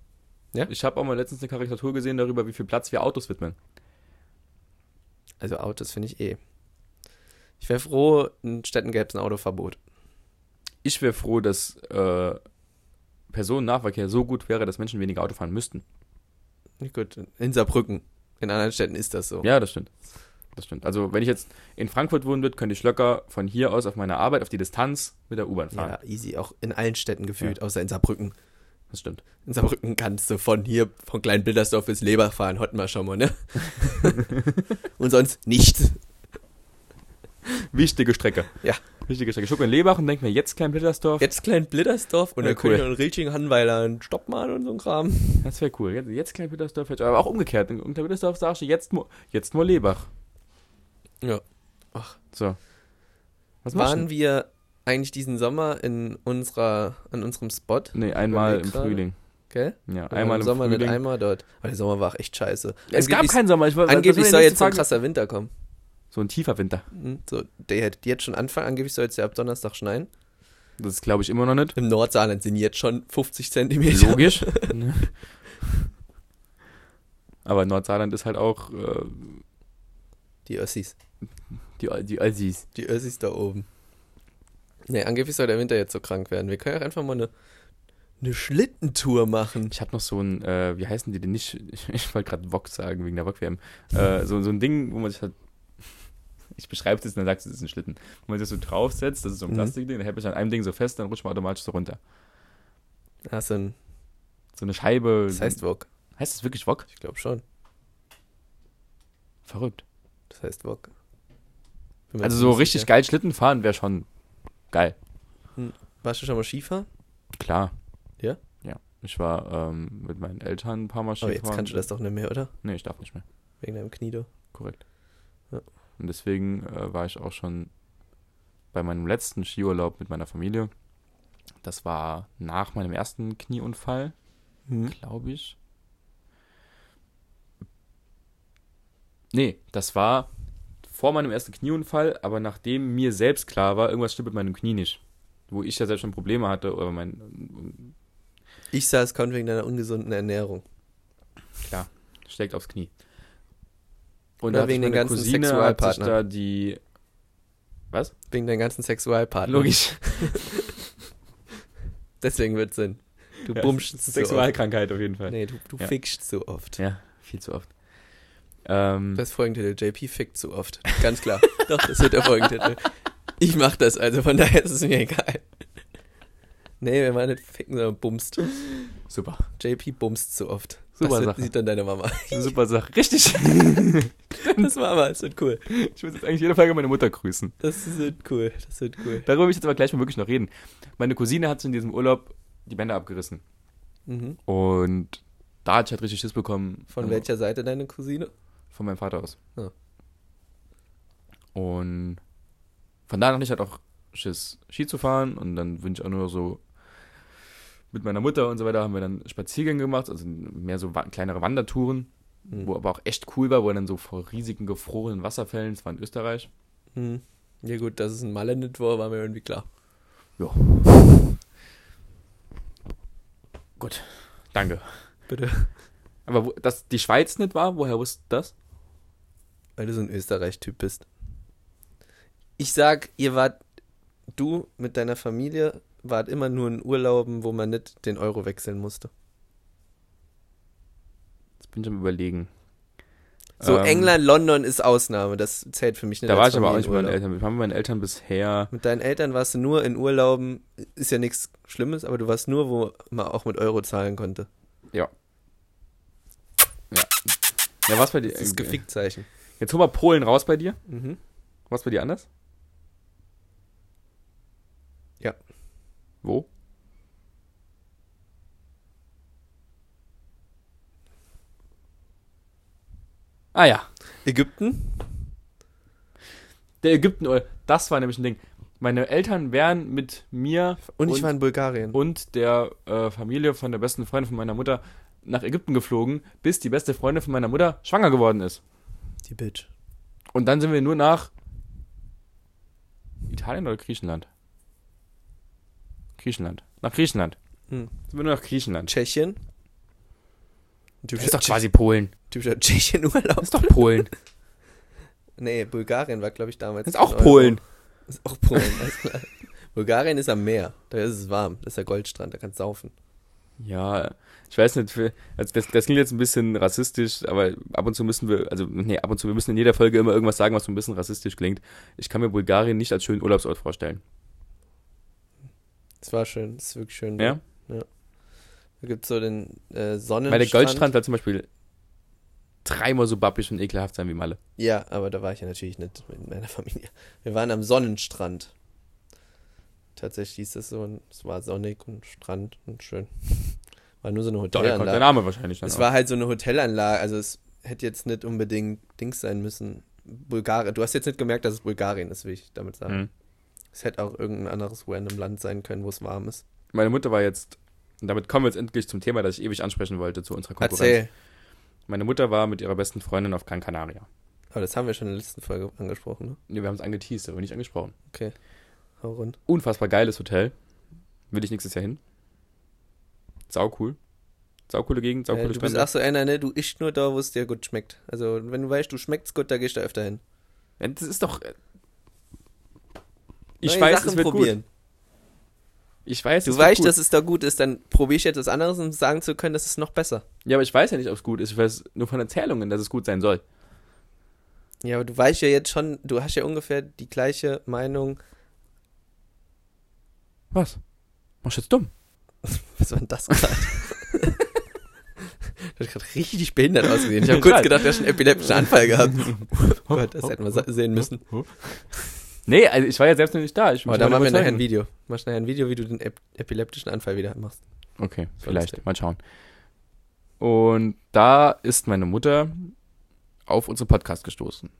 Ja?
Ich habe auch mal letztens eine Karikatur gesehen darüber, wie viel Platz wir Autos widmen.
Also Autos finde ich eh. Ich wäre froh, in Städten gäbe es ein Autoverbot.
Ich wäre froh, dass äh, Personennahverkehr so gut wäre, dass Menschen weniger Auto fahren müssten.
Ja, Gut, in Saarbrücken. In anderen Städten ist das so.
Ja, das stimmt. Das stimmt. Also, wenn ich jetzt in Frankfurt wohnen würde, könnte ich locker von hier aus auf meine Arbeit, auf die Distanz mit der U-Bahn fahren.
Ja, easy. Auch in allen Städten gefühlt, außer in Saarbrücken.
Das stimmt.
In Saarbrücken kannst du von hier, von Kleinbildersdorf bis Leber fahren, hatten wir schon mal,
(laughs)
ne? Und sonst nicht.
Wichtige Strecke.
Ja.
Wichtige Strecke. Ich gucke in Lebach und denke mir, jetzt klein Blittersdorf.
Jetzt Kleinbildersdorf und
Ja,
dann
cool.
König und Rilching, Hanweiler und Stoppmann und so ein Kram.
Das wäre cool. Jetzt, jetzt klein Blittersdorf. Jetzt, aber auch umgekehrt. In unter Blittersdorf sagst du, jetzt, mo- jetzt nur Lebach.
Ja.
Ach. So. Was machst
Waren
du?
wir eigentlich diesen Sommer in unserer, in unserem Spot,
Nee, einmal im
Überleg gerade.
Frühling.
gell?
Ja,
Wir waren
einmal
im
im
Sommer nicht
Frühling.
einmal dort. Aber der Sommer war auch echt scheiße.
Es gab
Angeblich-
keinen Sommer. Ich, wollte- das war
Angeblich
die
soll
nächste
jetzt so ein
Frage.
krasser Winter kommen.
So ein tiefer Winter.
Hm, So, der hätte jetzt schon anfangen. Angeblich soll jetzt ja ab Donnerstag schneien.
Das glaube ich immer noch nicht.
Im Nordsaarland sind jetzt schon 50 Zentimeter. (laughs)
Logisch. Ne? Aber Nordsaarland ist halt auch äh,
Die Össis.
die, die Assis.
Die Össis da oben. Nee, angeblich soll der Winter jetzt so krank werden. Wir können ja auch einfach mal eine, eine Schlittentour machen.
Ich habe noch so ein, äh, wie heißen die denn nicht? (laughs) Ich, ich wollte gerade Wok sagen, wegen der Wok-WM. Äh, so, so ein Ding, wo man sich halt. (laughs) Ich beschreibe es jetzt und dann sagst du, es ist ein Schlitten. Wenn man sich das so draufsetzt, das ist so ein
Mhm.
Plastikding, dann hält man sich an einem Ding so fest, dann rutscht man automatisch so runter.
Hast du Ah, ein,
So eine Scheibe.
das heißt Wok.
heißt das wirklich Wok?
Ich glaube schon.
Verrückt.
Das heißt Wok. Bin mir
Also
jetzt
so
nicht
richtig
sicher.
geil Schlitten fahren wäre schon geil.
Warst du schon mal Skifahren?
Klar.
Ja?
Ja. Ich war ähm, mit meinen Eltern ein paar Mal
Aber
Skifahren.
jetzt kannst du das doch nicht mehr, oder?
Nee, ich darf nicht mehr.
Wegen deinem Kniedo.
Korrekt.
Ja.
Und deswegen äh, war ich auch schon bei meinem letzten Skiurlaub mit meiner Familie. Das war nach meinem ersten Knieunfall, glaube ich. Nee, das war vor meinem ersten Knieunfall, aber nachdem mir selbst klar war, irgendwas stimmt mit meinem Knie nicht. Wo ich ja selbst schon Probleme hatte, oder mein.
Ich sah es kommt wegen deiner ungesunden Ernährung.
Klar, schlägt aufs Knie. Und
Oder
da hat
wegen
sich
den
meine
ganzen
Cousine, hat sich
Sexualpartnern.
da die. Was?
Wegen deinen ganzen Sexualpartner.
Logisch.
Deswegen wird Sinn. Du
(laughs) Ja,
bummst
Sexualkrankheit auf jeden
so oft.
Fall.
Nee, du, du
Ja.
fickst so oft.
Ja, viel zu oft. Ähm,
Das ist Folgentitel. JP fickt so oft. Ganz klar. (laughs) Doch, das wird der Folgentitel. Ich mach das, also von daher ist es mir egal. Nee, wir meinen nicht ficken, sondern bumst.
(laughs) super.
JP bumst so oft.
Super
das
Sache.
sieht dann deine Mama. (laughs)
Super Sache. Richtig.
Das Mama, das wird cool.
Ich muss jetzt eigentlich jede Folge meine Mutter grüßen.
Das wird cool. Das wird cool.
Darüber will ich jetzt aber gleich mal wirklich noch reden. Meine Cousine hat in diesem Urlaub die Bänder abgerissen.
Mhm.
Und da hat ich halt richtig Schiss bekommen.
Von
Ähm,
welcher Seite deine Cousine?
Von meinem Vater aus.
Ja.
Und von da an hatte ich halt auch Schiss, Ski zu fahren. Und dann bin ich auch nur so mit meiner Mutter und so weiter haben wir dann Spaziergänge gemacht, also mehr so wa kleinere Wandertouren,
Mhm.
wo aber auch echt cool war, wo wir dann so vor riesigen gefrorenen Wasserfällen, das war in Österreich.
Hm. Ja gut, dass es ein Malle nicht war, war mir irgendwie klar.
Ja. Gut, danke.
Bitte.
Aber wo, dass die Schweiz nicht war, woher wusst das?
Weil du so ein Österreich-Typ bist. Ich sag, ihr wart, du mit deiner Familie wart immer nur in Urlauben, wo man nicht den Euro wechseln musste.
Jetzt bin ich am überlegen.
So
Ähm,
England, London ist Ausnahme, das zählt für mich nicht.
Da
als
war ich aber auch nicht mit meinen
Familienurlaub.
Eltern. Ich war mit meinen Eltern bisher.
Mit deinen Eltern warst du nur in Urlauben, ist ja nichts Schlimmes, aber du warst nur, wo man auch mit Euro zahlen konnte.
Ja, was bei dir?
Das ist Gefickt-Zeichen.
Jetzt hol mal Polen raus bei dir.
Mhm.
Was bei dir anders?
Ja.
Wo? Ah ja.
Ägypten?
Der Ägypten, oh, das war nämlich ein Ding. Meine Eltern wären mit mir
Und, ich
und,
war in Bulgarien.
und der äh, Familie von der besten Freundin von meiner Mutter nach Ägypten geflogen, bis die beste Freundin von meiner Mutter schwanger geworden ist.
die Bitch.
Und dann sind wir nur nach Italien oder Griechenland? Griechenland. Nach Griechenland.
Hm.
Sind wir nur nach Griechenland.
Tschechien?
Das ist doch quasi Polen.
Typischer Tschechien-Urlaub.
Das ist doch Polen.
Nee, Bulgarien war, glaube ich, damals.
(laughs) Das ist
in
auch
Euro.
Polen.
Ist auch Polen, alles klar. (laughs) Bulgarien ist am Meer. Da ist es warm. Das ist der Goldstrand. Da kannst du saufen.
Ja, ich weiß nicht, für- also das, das klingt jetzt ein bisschen rassistisch, aber ab und zu müssen wir, also nee, ab und zu, wir müssen in jeder Folge immer irgendwas sagen, was so ein bisschen rassistisch klingt. Ich kann mir Bulgarien nicht als schönen Urlaubsort vorstellen.
Es war schön. Es ist wirklich schön.
Ja?
Da gibt es so den äh, Sonnenstrand.
Weil der Goldstrand soll zum Beispiel dreimal so bappig und ekelhaft sein wie Malle.
Ja, aber da war ich ja natürlich nicht mit meiner (laughs) Familie. Wir waren am Sonnenstrand. Tatsächlich hieß das so. Und es war sonnig und Strand und schön. War nur so eine
Doch, da kommt der
Hotelanlage.
Name wahrscheinlich dann
Es
auch.
war halt so eine Hotelanlage, also es hätte jetzt nicht unbedingt Dings sein müssen. Bulgarien. Du hast jetzt nicht gemerkt, dass es Bulgarien ist, will ich damit sagen.
Mhm.
Es hätte auch irgendein anderes random Land sein können, wo es warm ist.
Meine Mutter war jetzt, und damit kommen wir jetzt endlich zum Thema, das ich ewig ansprechen wollte, zu unserer Konkurrenz.
Erzähl.
Meine Mutter war mit ihrer besten Freundin auf Gran Canaria.
Aber das haben wir schon in der letzten Folge angesprochen, ne?
Nee, wir haben es angeteased, aber nicht angesprochen.
Hau rund.
Unfassbar geiles Hotel. Will ich nächstes Jahr hin. Sau cool. Sau coole Gegend, sau
Äh,
coole
du bist
Strände.
auch so einer, ne? Du isch nur da, wo es dir gut schmeckt. Also, wenn du weißt, du schmeckst gut, da gehst du öfter hin.
Ja, das ist doch. äh, Ich
Neue
weiß,
Sachen
es wird
probieren.
gut. Ich weiß,
Du
es wird
weißt,
gut.
dass es da gut ist, dann probier ich etwas anderes, um sagen zu können, das ist noch besser.
Ja, aber ich weiß ja nicht, ob es gut ist. Ich weiß nur von Erzählungen, dass es gut sein soll.
Ja, aber du weißt ja jetzt schon, du hast ja ungefähr die gleiche Meinung.
Was? Machst du jetzt dumm?
Was war denn das
(laughs)
gerade? das hat gerade richtig behindert ausgesehen. Ich habe
Ja,
kurz
total.
gedacht, du hast einen epileptischen Anfall
(laughs)
gehabt. oh Gott, das hätten wir sa- sehen müssen.
Nee, also ich war ja selbst noch nicht da. Ich
Aber
muss
da
mal
machen wir nachher
überzeugen.
ein Video. Mach nachher ein Video, wie du den ep epileptischen Anfall wieder machst.
Okay,
Sonst
vielleicht.
nicht.
Mal schauen. Und da ist meine Mutter auf unseren Podcast gestoßen.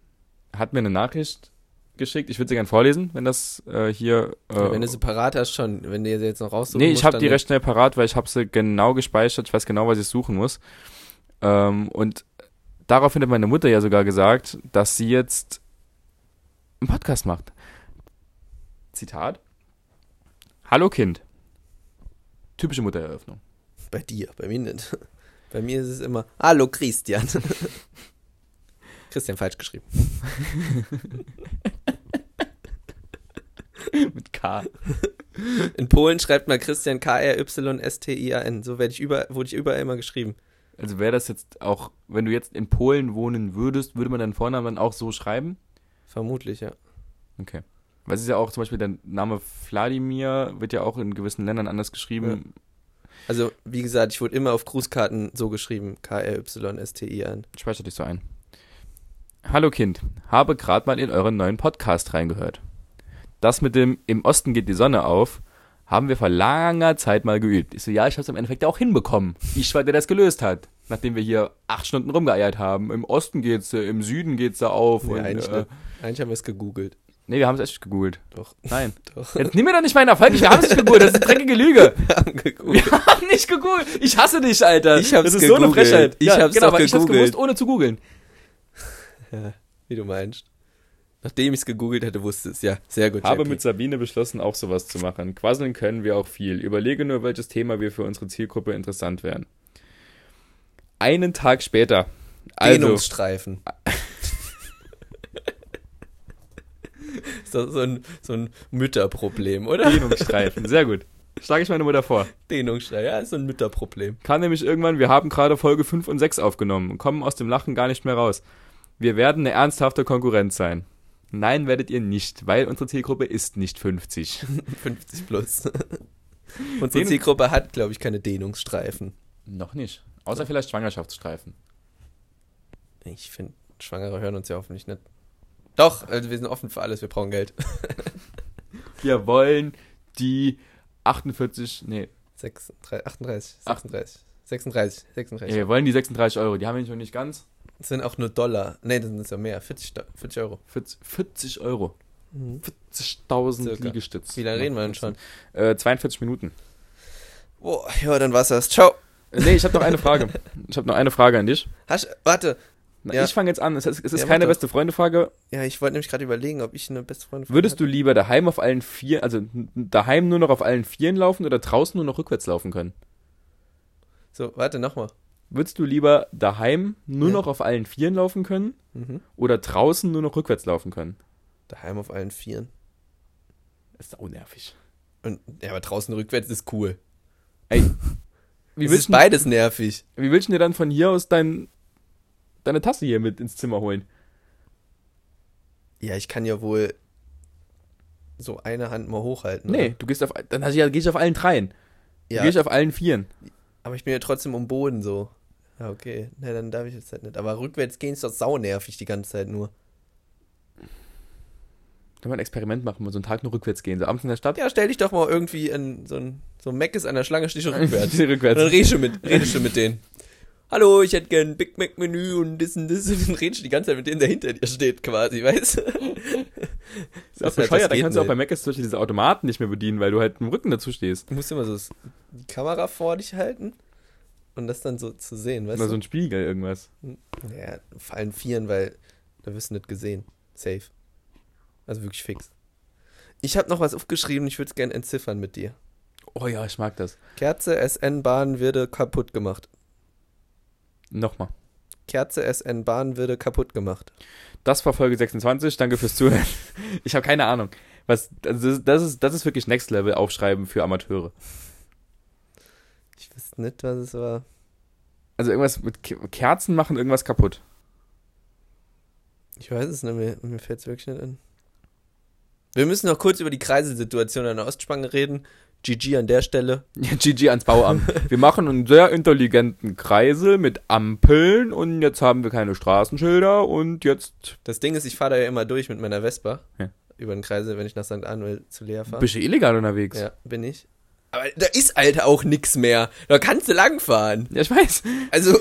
Hat mir eine Nachricht geschickt. Ich würde sie gerne vorlesen, wenn das äh, hier. Äh,
wenn du sie parat hast, schon. Wenn du sie jetzt noch raussuchen
nee,
musst,
ich habe
dann
die
nicht.
recht schnell parat, weil ich habe sie genau gespeichert. Ich weiß genau, was ich suchen muss. Ähm, und daraufhin hat meine Mutter ja sogar gesagt, dass sie jetzt einen Podcast macht. Zitat. Hallo Kind. Typische Muttereröffnung.
Bei dir, bei mir nicht. (laughs) Bei mir ist es immer, hallo Christian. (laughs) Christian falsch geschrieben.
Mit K.
In Polen schreibt man Christian K-R-Y-S-T-I-A-N. So werde ich über, wurde ich überall immer geschrieben.
Also wäre das jetzt auch, wenn du jetzt in Polen wohnen würdest, würde man deinen Vornamen dann auch so schreiben?
Vermutlich, ja.
Okay. Weil es ist ja auch zum Beispiel der Name Wladimir wird ja auch in gewissen Ländern anders geschrieben.
Also, wie gesagt, ich wurde immer auf Grußkarten so geschrieben. K-R-Y-S-T-I-A-N.
Ich speichere dich so ein. Hallo Kind, habe gerade mal in euren neuen Podcast reingehört. Das mit dem Im Osten geht die Sonne auf haben wir vor langer Zeit mal geübt. Ich so, ja, ich habe es im Endeffekt auch hinbekommen. Ich war der, der das gelöst hat. Nachdem wir hier acht Stunden rumgeeiert haben. Im Osten geht's, äh, im Süden geht's da auf.
Nee,
und,
eigentlich
äh,
nicht. Eigentlich haben wir es gegoogelt.
Nee, wir haben es echt gegoogelt.
Doch.
Nein.
Doch.
Jetzt nimm mir doch nicht meinen Erfolg. Wir haben es nicht gegoogelt. Das ist eine dreckige Lüge.
(laughs) Wir haben gegoogelt.
Wir haben nicht gegoogelt. Ich hasse dich, Alter.
Ich hab's
Das ist so eine
gegoogelt.
Frechheit.
Ich hab's doch
aber ich hab's
gegoogelt.
gewusst, ohne zu googeln.
Wie du meinst. Nachdem ich es gegoogelt hatte, wusste es. Ja, sehr gut.
Habe
Jackie.
mit Sabine beschlossen, auch sowas zu machen. Quasseln können wir auch viel. Überlege nur, welches Thema wir für unsere Zielgruppe interessant wären. Einen Tag später. Also,
Dehnungsstreifen. (laughs) ist das so ein, so ein Mütterproblem, oder?
Dehnungsstreifen. Sehr gut. Schlage ich meine Mutter vor.
Dehnungsstreifen, ja, ist so ein Mütterproblem.
kam nämlich irgendwann, wir haben gerade Folge 5 und 6 aufgenommen und kommen aus dem Lachen gar nicht mehr raus. Wir werden eine ernsthafte Konkurrenz sein. Nein, werdet ihr nicht, weil unsere Zielgruppe ist nicht 50.
50
(laughs)
plus. Unsere
Dehnung-
Zielgruppe hat, glaube ich, keine Dehnungsstreifen.
(laughs) Noch nicht. Außer vielleicht Schwangerschaftsstreifen.
Ich finde, Schwangere hören uns ja hoffentlich nicht. Doch, also wir sind offen für alles, wir brauchen Geld. (laughs)
Wir wollen die 48, nee,
36, 38, 36, 36, 36.
nee, wir wollen die 36 Euro. Die haben wir nicht noch nicht ganz.
Das sind auch nur Dollar. Nee, das sind ja mehr. 40, Do- 40 Euro.
40, 40 Euro.
Mhm.
40.000
Circa.
Liegestütz.
Wie lange reden wir denn schon?
Äh, 42 Minuten.
Boah, ja, dann war's das. Ciao.
Äh, Nee, ich habe noch
(laughs)
eine Frage. Ich habe noch eine Frage an dich.
Hast, warte,
Na,
Ja.
Ich fange jetzt an. Es ist, es ist
Ja, mach
keine
doch.
beste Freunde-Frage.
Ja, ich wollte nämlich gerade überlegen, ob ich eine beste Freundin
Würdest du lieber daheim auf allen vier, also n- daheim nur noch auf allen Vieren laufen oder draußen nur noch rückwärts laufen können?
So, warte, nochmal.
Würdest du lieber daheim nur
Ja.
noch auf allen Vieren laufen können
Mhm.
oder draußen nur noch rückwärts laufen können?
Daheim auf allen Vieren.
Das ist auch nervig.
Und, ja, aber draußen rückwärts ist cool.
(laughs) Wie
es ist
willst, du,
beides nervig.
wie willst du dir dann von hier aus dein, deine Tasse hier mit ins Zimmer holen?
Ja, ich kann ja wohl so eine Hand mal hochhalten.
Nee, du gehst auf, dann hast du ja- geh ich auf allen dreien.
oder?
Ja. Geh
Ja,
ich auf allen Vieren.
aber ich bin ja trotzdem am Boden so. Ja, okay. Na, dann darf ich jetzt halt nicht. Aber rückwärts gehen ist doch saunervig die ganze Zeit nur.
Kann man ein Experiment machen, mal so einen Tag nur rückwärts gehen, so abends in der Stadt.
Ja, stell dich doch mal irgendwie in so ein, so ein Mac ist an der Schlange, stehst du (laughs) rückwärts. Und dann
(laughs) rückwärts.
redest du mit, redest du mit denen. Hallo, ich hätte gern ein Big Mac Menü und das und das. (laughs) Und dann redest du die ganze Zeit mit dem, der hinter dir steht, quasi, weißt du?
Das ist auch
Das heißt, das
bescheuert, dann
geht
kannst du auch
nicht.
bei Mac zum Beispiel diese Automaten nicht mehr bedienen, weil du halt im Rücken dazu stehst.
Du musst immer so s- die Kamera vor dich halten und das dann so zu sehen, weißt
Oder so ein Spiegel, irgendwas.
du? Ja, vor allem Vieren, weil da wirst du nicht gesehen. Safe. Also wirklich fix. Ich habe noch was aufgeschrieben, ich würde es gerne entziffern mit dir.
Oh ja, ich mag das.
Kerze SN-Bahn würde kaputt gemacht.
Nochmal.
Kerze SN-Bahn würde kaputt gemacht.
Das war Folge 26. Danke fürs Zuhören. (laughs) Ich habe keine Ahnung. Was, also das, ist- das, ist, das ist wirklich Next Level Aufschreiben für Amateure.
Ich wüsste nicht, was es war.
Also irgendwas mit Ke- Kerzen machen irgendwas kaputt. (laughs)
Ich weiß es nicht, mir, mir fällt es wirklich nicht an. Wir müssen noch kurz über die Kreiselsituation an der Ostspange reden. GG an der Stelle.
Ja, GG ans Bauamt. Wir machen einen sehr intelligenten Kreisel mit Ampeln und jetzt haben wir keine Straßenschilder und jetzt.
Das Ding ist, ich fahre da ja immer durch mit meiner Vespa
Ja.
über den Kreisel, wenn ich nach St. Arnold zu Lea fahre.
Bist du illegal unterwegs?
Ja, bin ich. Aber da ist halt auch nix mehr. Da kannst du langfahren.
Ja, ich weiß. (laughs)
Also,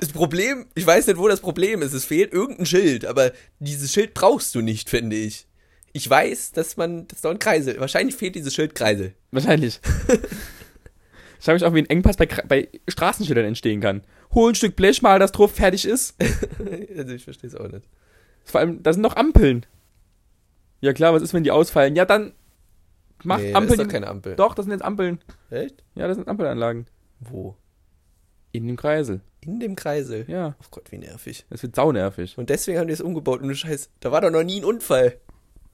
das Problem, ich weiß nicht, wo das Problem ist. Es fehlt irgendein Schild, aber dieses Schild brauchst du nicht, finde ich. Ich weiß, dass man, das ist doch ein Kreisel. Wahrscheinlich fehlt dieses Schild Kreisel.
(laughs) Wahrscheinlich. ich frage mich auch, wie ein Engpass bei, Kra- bei Straßenschildern entstehen kann. Hol ein Stück Blech, mal das drauf, fertig ist.
(laughs) also, ich verstehe es auch nicht.
Vor allem, da sind noch Ampeln. Ja klar, was ist, wenn die ausfallen? Ja, dann mach
Nee, Das
Ampeln.
ist doch keine Ampel.
doch, das sind jetzt Ampeln.
Echt?
Ja, das sind Ampelanlagen.
Wo?
In dem Kreisel.
In dem Kreisel.
Ja,
Oh Gott, wie nervig.
das wird saunervig.
Und deswegen haben die es umgebaut und du Scheiß, da war doch noch nie ein Unfall.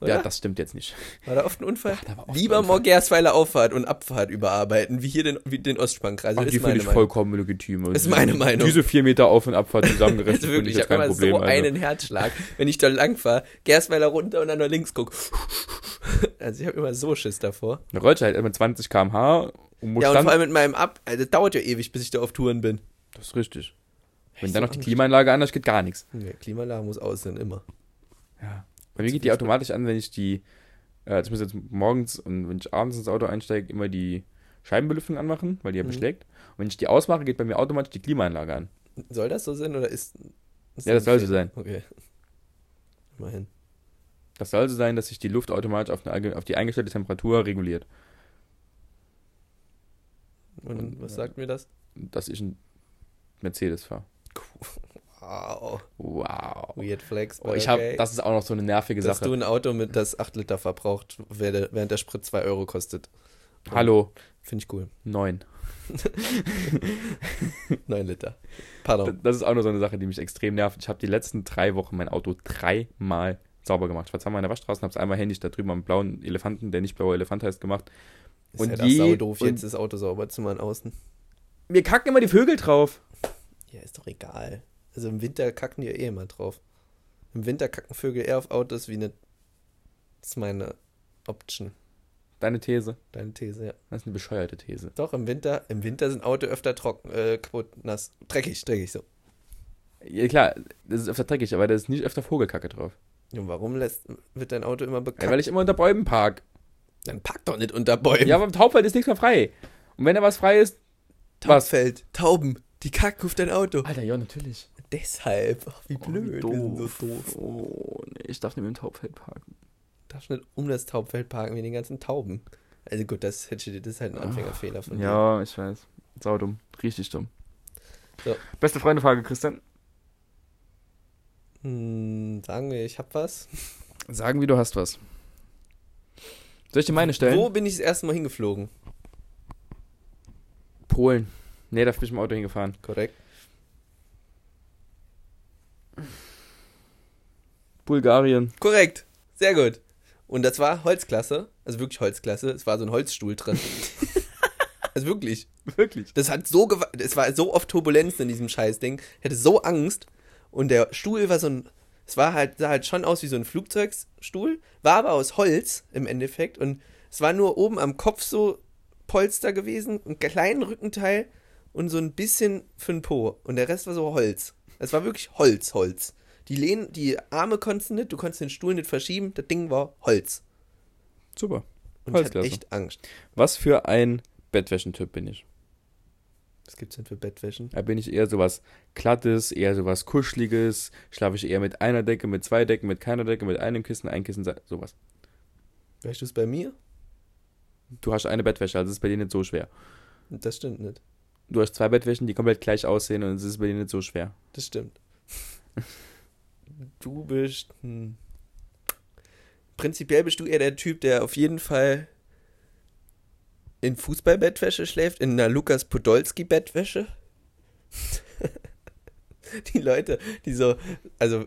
Oder?
Ja, das stimmt jetzt nicht.
war da oft ein Unfall?
da war oft
Lieber
ein Unfall.
Morgersweiler Auffahrt und Abfahrt überarbeiten, wie hier den, wie den Ostspannkreisel.
Also die
ist
finde
meine
ich
Meinung.
vollkommen legitim.
Ist meine Meinung.
Diese vier Meter Auf- und (laughs) Abfahrt zusammengerechnet
Also
finde
wirklich,
ich
ich
jetzt
habe
kein
immer
Problem.
so
also.
einen Herzschlag, wenn ich da lang fahre, Gersweiler runter und dann nach links gucke. (laughs) Also ich habe immer so Schiss davor.
Eine Rollsche halt immer 20 km/h und muss
ja, und
dann...
vor allem mit meinem Ab, also das dauert ja ewig, bis ich da auf Touren bin.
das ist richtig. Wenn
Echt
dann
so
noch die
Angst.
Klimaanlage anders geht, gar nichts.
Nee, Klimalarm muss aus sein, immer.
Ja. Bei mir geht die automatisch an, wenn ich die... Äh, zumindest jetzt morgens und wenn ich abends ins Auto einsteige, immer die Scheibenbelüftung anmachen, weil die ja
Mhm.
beschlägt. Und wenn ich die ausmache, geht bei mir automatisch die Klimaanlage an.
Soll das so sein oder ist... ist
Ja, das soll so sein.
Okay. Immerhin.
Das soll so sein, dass sich die Luft automatisch auf, eine, allge- auf die eingestellte Temperatur reguliert.
Und,
Und,
was
ja.
sagt mir das?
Dass ich ein Mercedes fahre.
Wow.
Wow.
Weird Flex.
äh, Oh,
but
ich hab,
okay.
das ist auch noch so eine nervige
dass
Sache.
du ein Auto mit, das 8 Liter verbraucht, werde- während der Sprit 2 Euro kostet.
Hallo,
Finde ich cool. (laughs)
neun.
9 Liter.
D-
Pardon.
Das ist auch noch so eine Sache, die mich extrem nervt. Ich habe die letzten drei Wochen mein Auto dreimal sauber gemacht. Ich war zweimal in der Waschstraße und habe es einmal händisch da drüben am blauen Elefanten, der nicht blauer Elefant heißt, gemacht. und
ist
je-
ja das doof,
und-
jetzt das Auto sauber zu machen außen.
Mir kacken immer die Vögel drauf.
Ja, ist doch egal. Also im Winter kacken die ja eh immer drauf. Im Winter kacken Vögel eher auf Autos wie eine. Das ist meine Option.
Deine These.
Deine These, ja.
Das ist eine bescheuerte These.
Doch, im Winter, im Winter sind Autos öfter trocken, äh, kaputt, nass. Dreckig, dreckig so.
Ja, klar, das ist öfter dreckig, aber da ist nicht öfter Vogelkacke drauf.
Und warum lässt, wird dein Auto immer
Ja,
bekackt?
weil ich immer unter Bäumen park.
Dann pack doch nicht unter Bäumen.
Ja, aber im Taubwald ist nichts mehr frei. Und wenn da was frei ist. was?
Taubfeld, Tauben, die kacken auf dein Auto.
Alter, ja, natürlich.
Deshalb, ach, wie blöd.
Oh,
wir sind
wie
so
doof. Oh, nee, ich darf nicht mit dem Taubfeld parken.
Darfst nicht um das Taubfeld parken wie den ganzen Tauben. Also gut, das, hätte ich- das ist halt ein Anfängerfehler von dir.
Ja, ich weiß. Saudumm. Richtig dumm.
So.
Beste Freundefrage, Christian.
Hm, sagen wir, ich hab was.
Sagen, wie du hast was. Soll ich dir meine stellen?
Wo bin ich das erste Mal hingeflogen?
Polen. Nee, da bin ich mit dem Auto hingefahren.
Korrekt.
Bulgarien.
Korrekt. Sehr gut. Und das war Holzklasse. Also wirklich Holzklasse. Es war so ein Holzstuhl
(laughs)
drin. also wirklich.
(laughs) Wirklich?
Das hat so gewa- Es war so oft Turbulenzen in diesem Scheißding. Ich hatte so Angst. Und der Stuhl war so ein. Es war halt, sah halt schon aus wie so ein Flugzeugstuhl, war aber aus Holz im Endeffekt. Und es war nur oben am Kopf so Polster gewesen, einen kleinen Rückenteil und so ein bisschen für den Po. Und der Rest war so Holz. Es war wirklich Holz, Holz. Die Lehnen, die Arme konntest du nicht, du konntest den Stuhl nicht verschieben, das Ding war Holz.
Super.
Und
Holzklasse.
ich hatte echt Angst.
Was für ein Bettwäschentyp bin ich?
Was gibt's denn für Bettwäschen?
Da bin ich eher sowas Glattes, eher sowas Kuscheliges. Schlafe ich eher mit einer Decke, mit zwei Decken, mit keiner Decke, mit einem Kissen, ein Kissen, sowas.
Weißt du es bei mir?
Du hast eine Bettwäsche, also ist es bei dir nicht so schwer.
Das stimmt nicht.
Du hast zwei Bettwäschen, die komplett gleich aussehen und es ist bei dir nicht so schwer.
Das stimmt. Du bist. Hm. Prinzipiell bist du eher der Typ, der auf jeden Fall in Fußballbettwäsche schläft, in einer Lukas Podolski-Bettwäsche. (laughs) die Leute, die so. Also,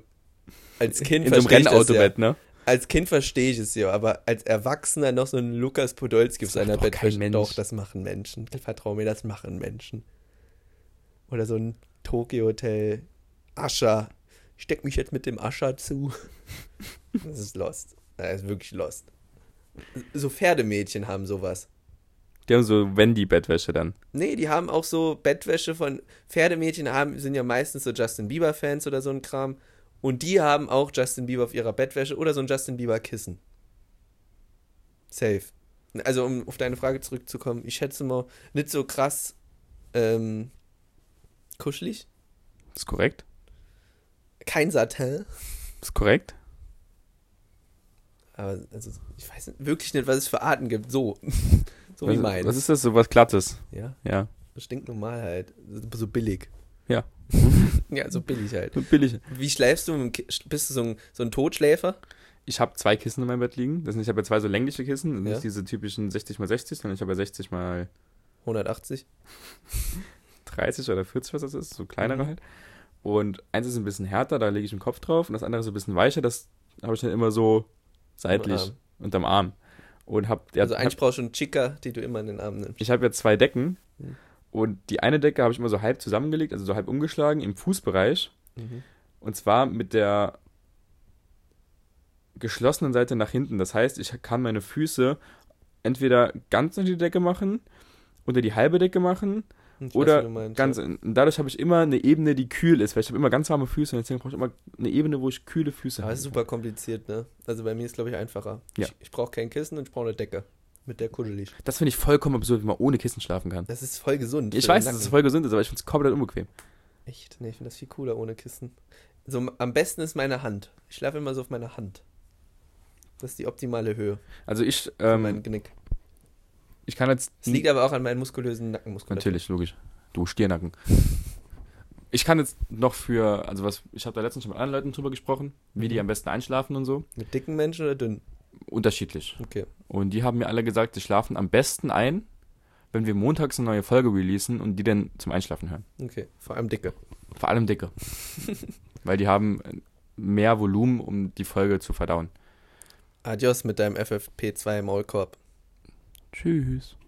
als Kind
In so einem
verstehe ich das
Rennautobett, ne?
Ja. Als Kind verstehe ich es ja, aber als Erwachsener noch so einen Lukas Podolski auf
Das macht
seiner
doch kein
Bettwäsche.
Mensch.
Doch, das machen Menschen. Vertrau mir, das machen Menschen. Oder so ein Tokio-Hotel. Ascher. Ich steck mich jetzt mit dem Ascher
(laughs)
zu. Das ist lost. Das ist wirklich lost. So Pferdemädchen haben sowas.
Die haben so Wendy-Bettwäsche dann.
Nee, die haben auch so Bettwäsche von Pferdemädchen haben, sind ja meistens so Justin Bieber Fans oder so ein Kram. Und die haben auch Justin Bieber auf ihrer Bettwäsche oder so ein Justin Bieber Kissen. Safe. also um auf deine Frage zurückzukommen, ich schätze mal, nicht so krass ähm, kuschelig.
Ist korrekt?
Kein Satin.
Ist korrekt?
Aber also, ich weiß wirklich nicht, was es für Arten gibt. So. (laughs) so
was,
wie meins.
Was ist das? So was Glattes.
ja,
Ja.
das stinkt normal halt. So billig.
Ja.
(laughs) ja, so billig halt.
So Billig.
Wie schläfst du? mit dem Ki- Bist du so ein, so ein Totschläfer?
Ich habe zwei Kissen in meinem Bett liegen. Das sind, ich habe ja zwei so längliche Kissen. Das sind
Ja.
Nicht diese typischen 60 mal 60, sondern ich habe ja 60 mal
180?
30 oder 40, was das ist, so kleinere
Mhm.
halt. Und eins ist ein bisschen härter, da lege ich den Kopf drauf und das andere ist ein bisschen weicher, das habe ich dann immer so seitlich
Arm.
unterm Arm. Und hab, ja,
also eigentlich
hab,
brauchst du einen Chica, die du immer in den Arm nimmst.
ich habe ja zwei Decken
Mhm.
und die eine Decke habe ich immer so halb zusammengelegt, also so halb umgeschlagen im Fußbereich
Mhm.
und zwar mit der geschlossenen Seite nach hinten. Das heißt, ich kann meine Füße entweder ganz unter die Decke machen, unter die halbe Decke machen
Ich weiß,
Oder
wie du meinst,
Ganz,
ja.
und dadurch habe ich immer eine Ebene, die kühl ist, weil ich habe immer ganz warme Füße und deswegen brauche ich immer eine Ebene, wo ich kühle Füße
Aber
habe.
es ist super kompliziert, ne? Also bei mir ist glaube ich einfacher.
Ja.
Ich, ich brauche kein Kissen und ich brauche eine Decke. Mit der kuschelig.
Das finde ich vollkommen absurd, wie man ohne Kissen schlafen kann.
Das ist voll gesund.
Ich
für den
weiß, dass es
Nacken.
voll gesund ist, aber ich finde es komplett unbequem.
Echt? Nee, ich finde das viel cooler ohne Kissen. So, m- am besten ist meine Hand. Ich schlafe immer so auf meiner Hand. Das ist die optimale Höhe
Also ich,
für mein
ähm,
Genick.
ich kann jetzt...
Es liegt aber auch an meinen muskulösen Nackenmuskulatur.
Natürlich, logisch. Du Stiernacken. Ich kann jetzt noch für, also was, ich habe da letztens schon mit anderen Leuten drüber gesprochen, wie die am besten einschlafen und so.
Mit dicken Menschen oder dünn?
Unterschiedlich.
Okay.
Und die haben mir alle gesagt, sie schlafen am besten ein, wenn wir montags eine neue Folge releasen und die dann zum Einschlafen hören.
Okay. Vor allem dicke.
Vor allem dicke. Weil die haben mehr Volumen, um die Folge zu verdauen.
Adios mit deinem FFP2 Maulkorb.
Tschüss.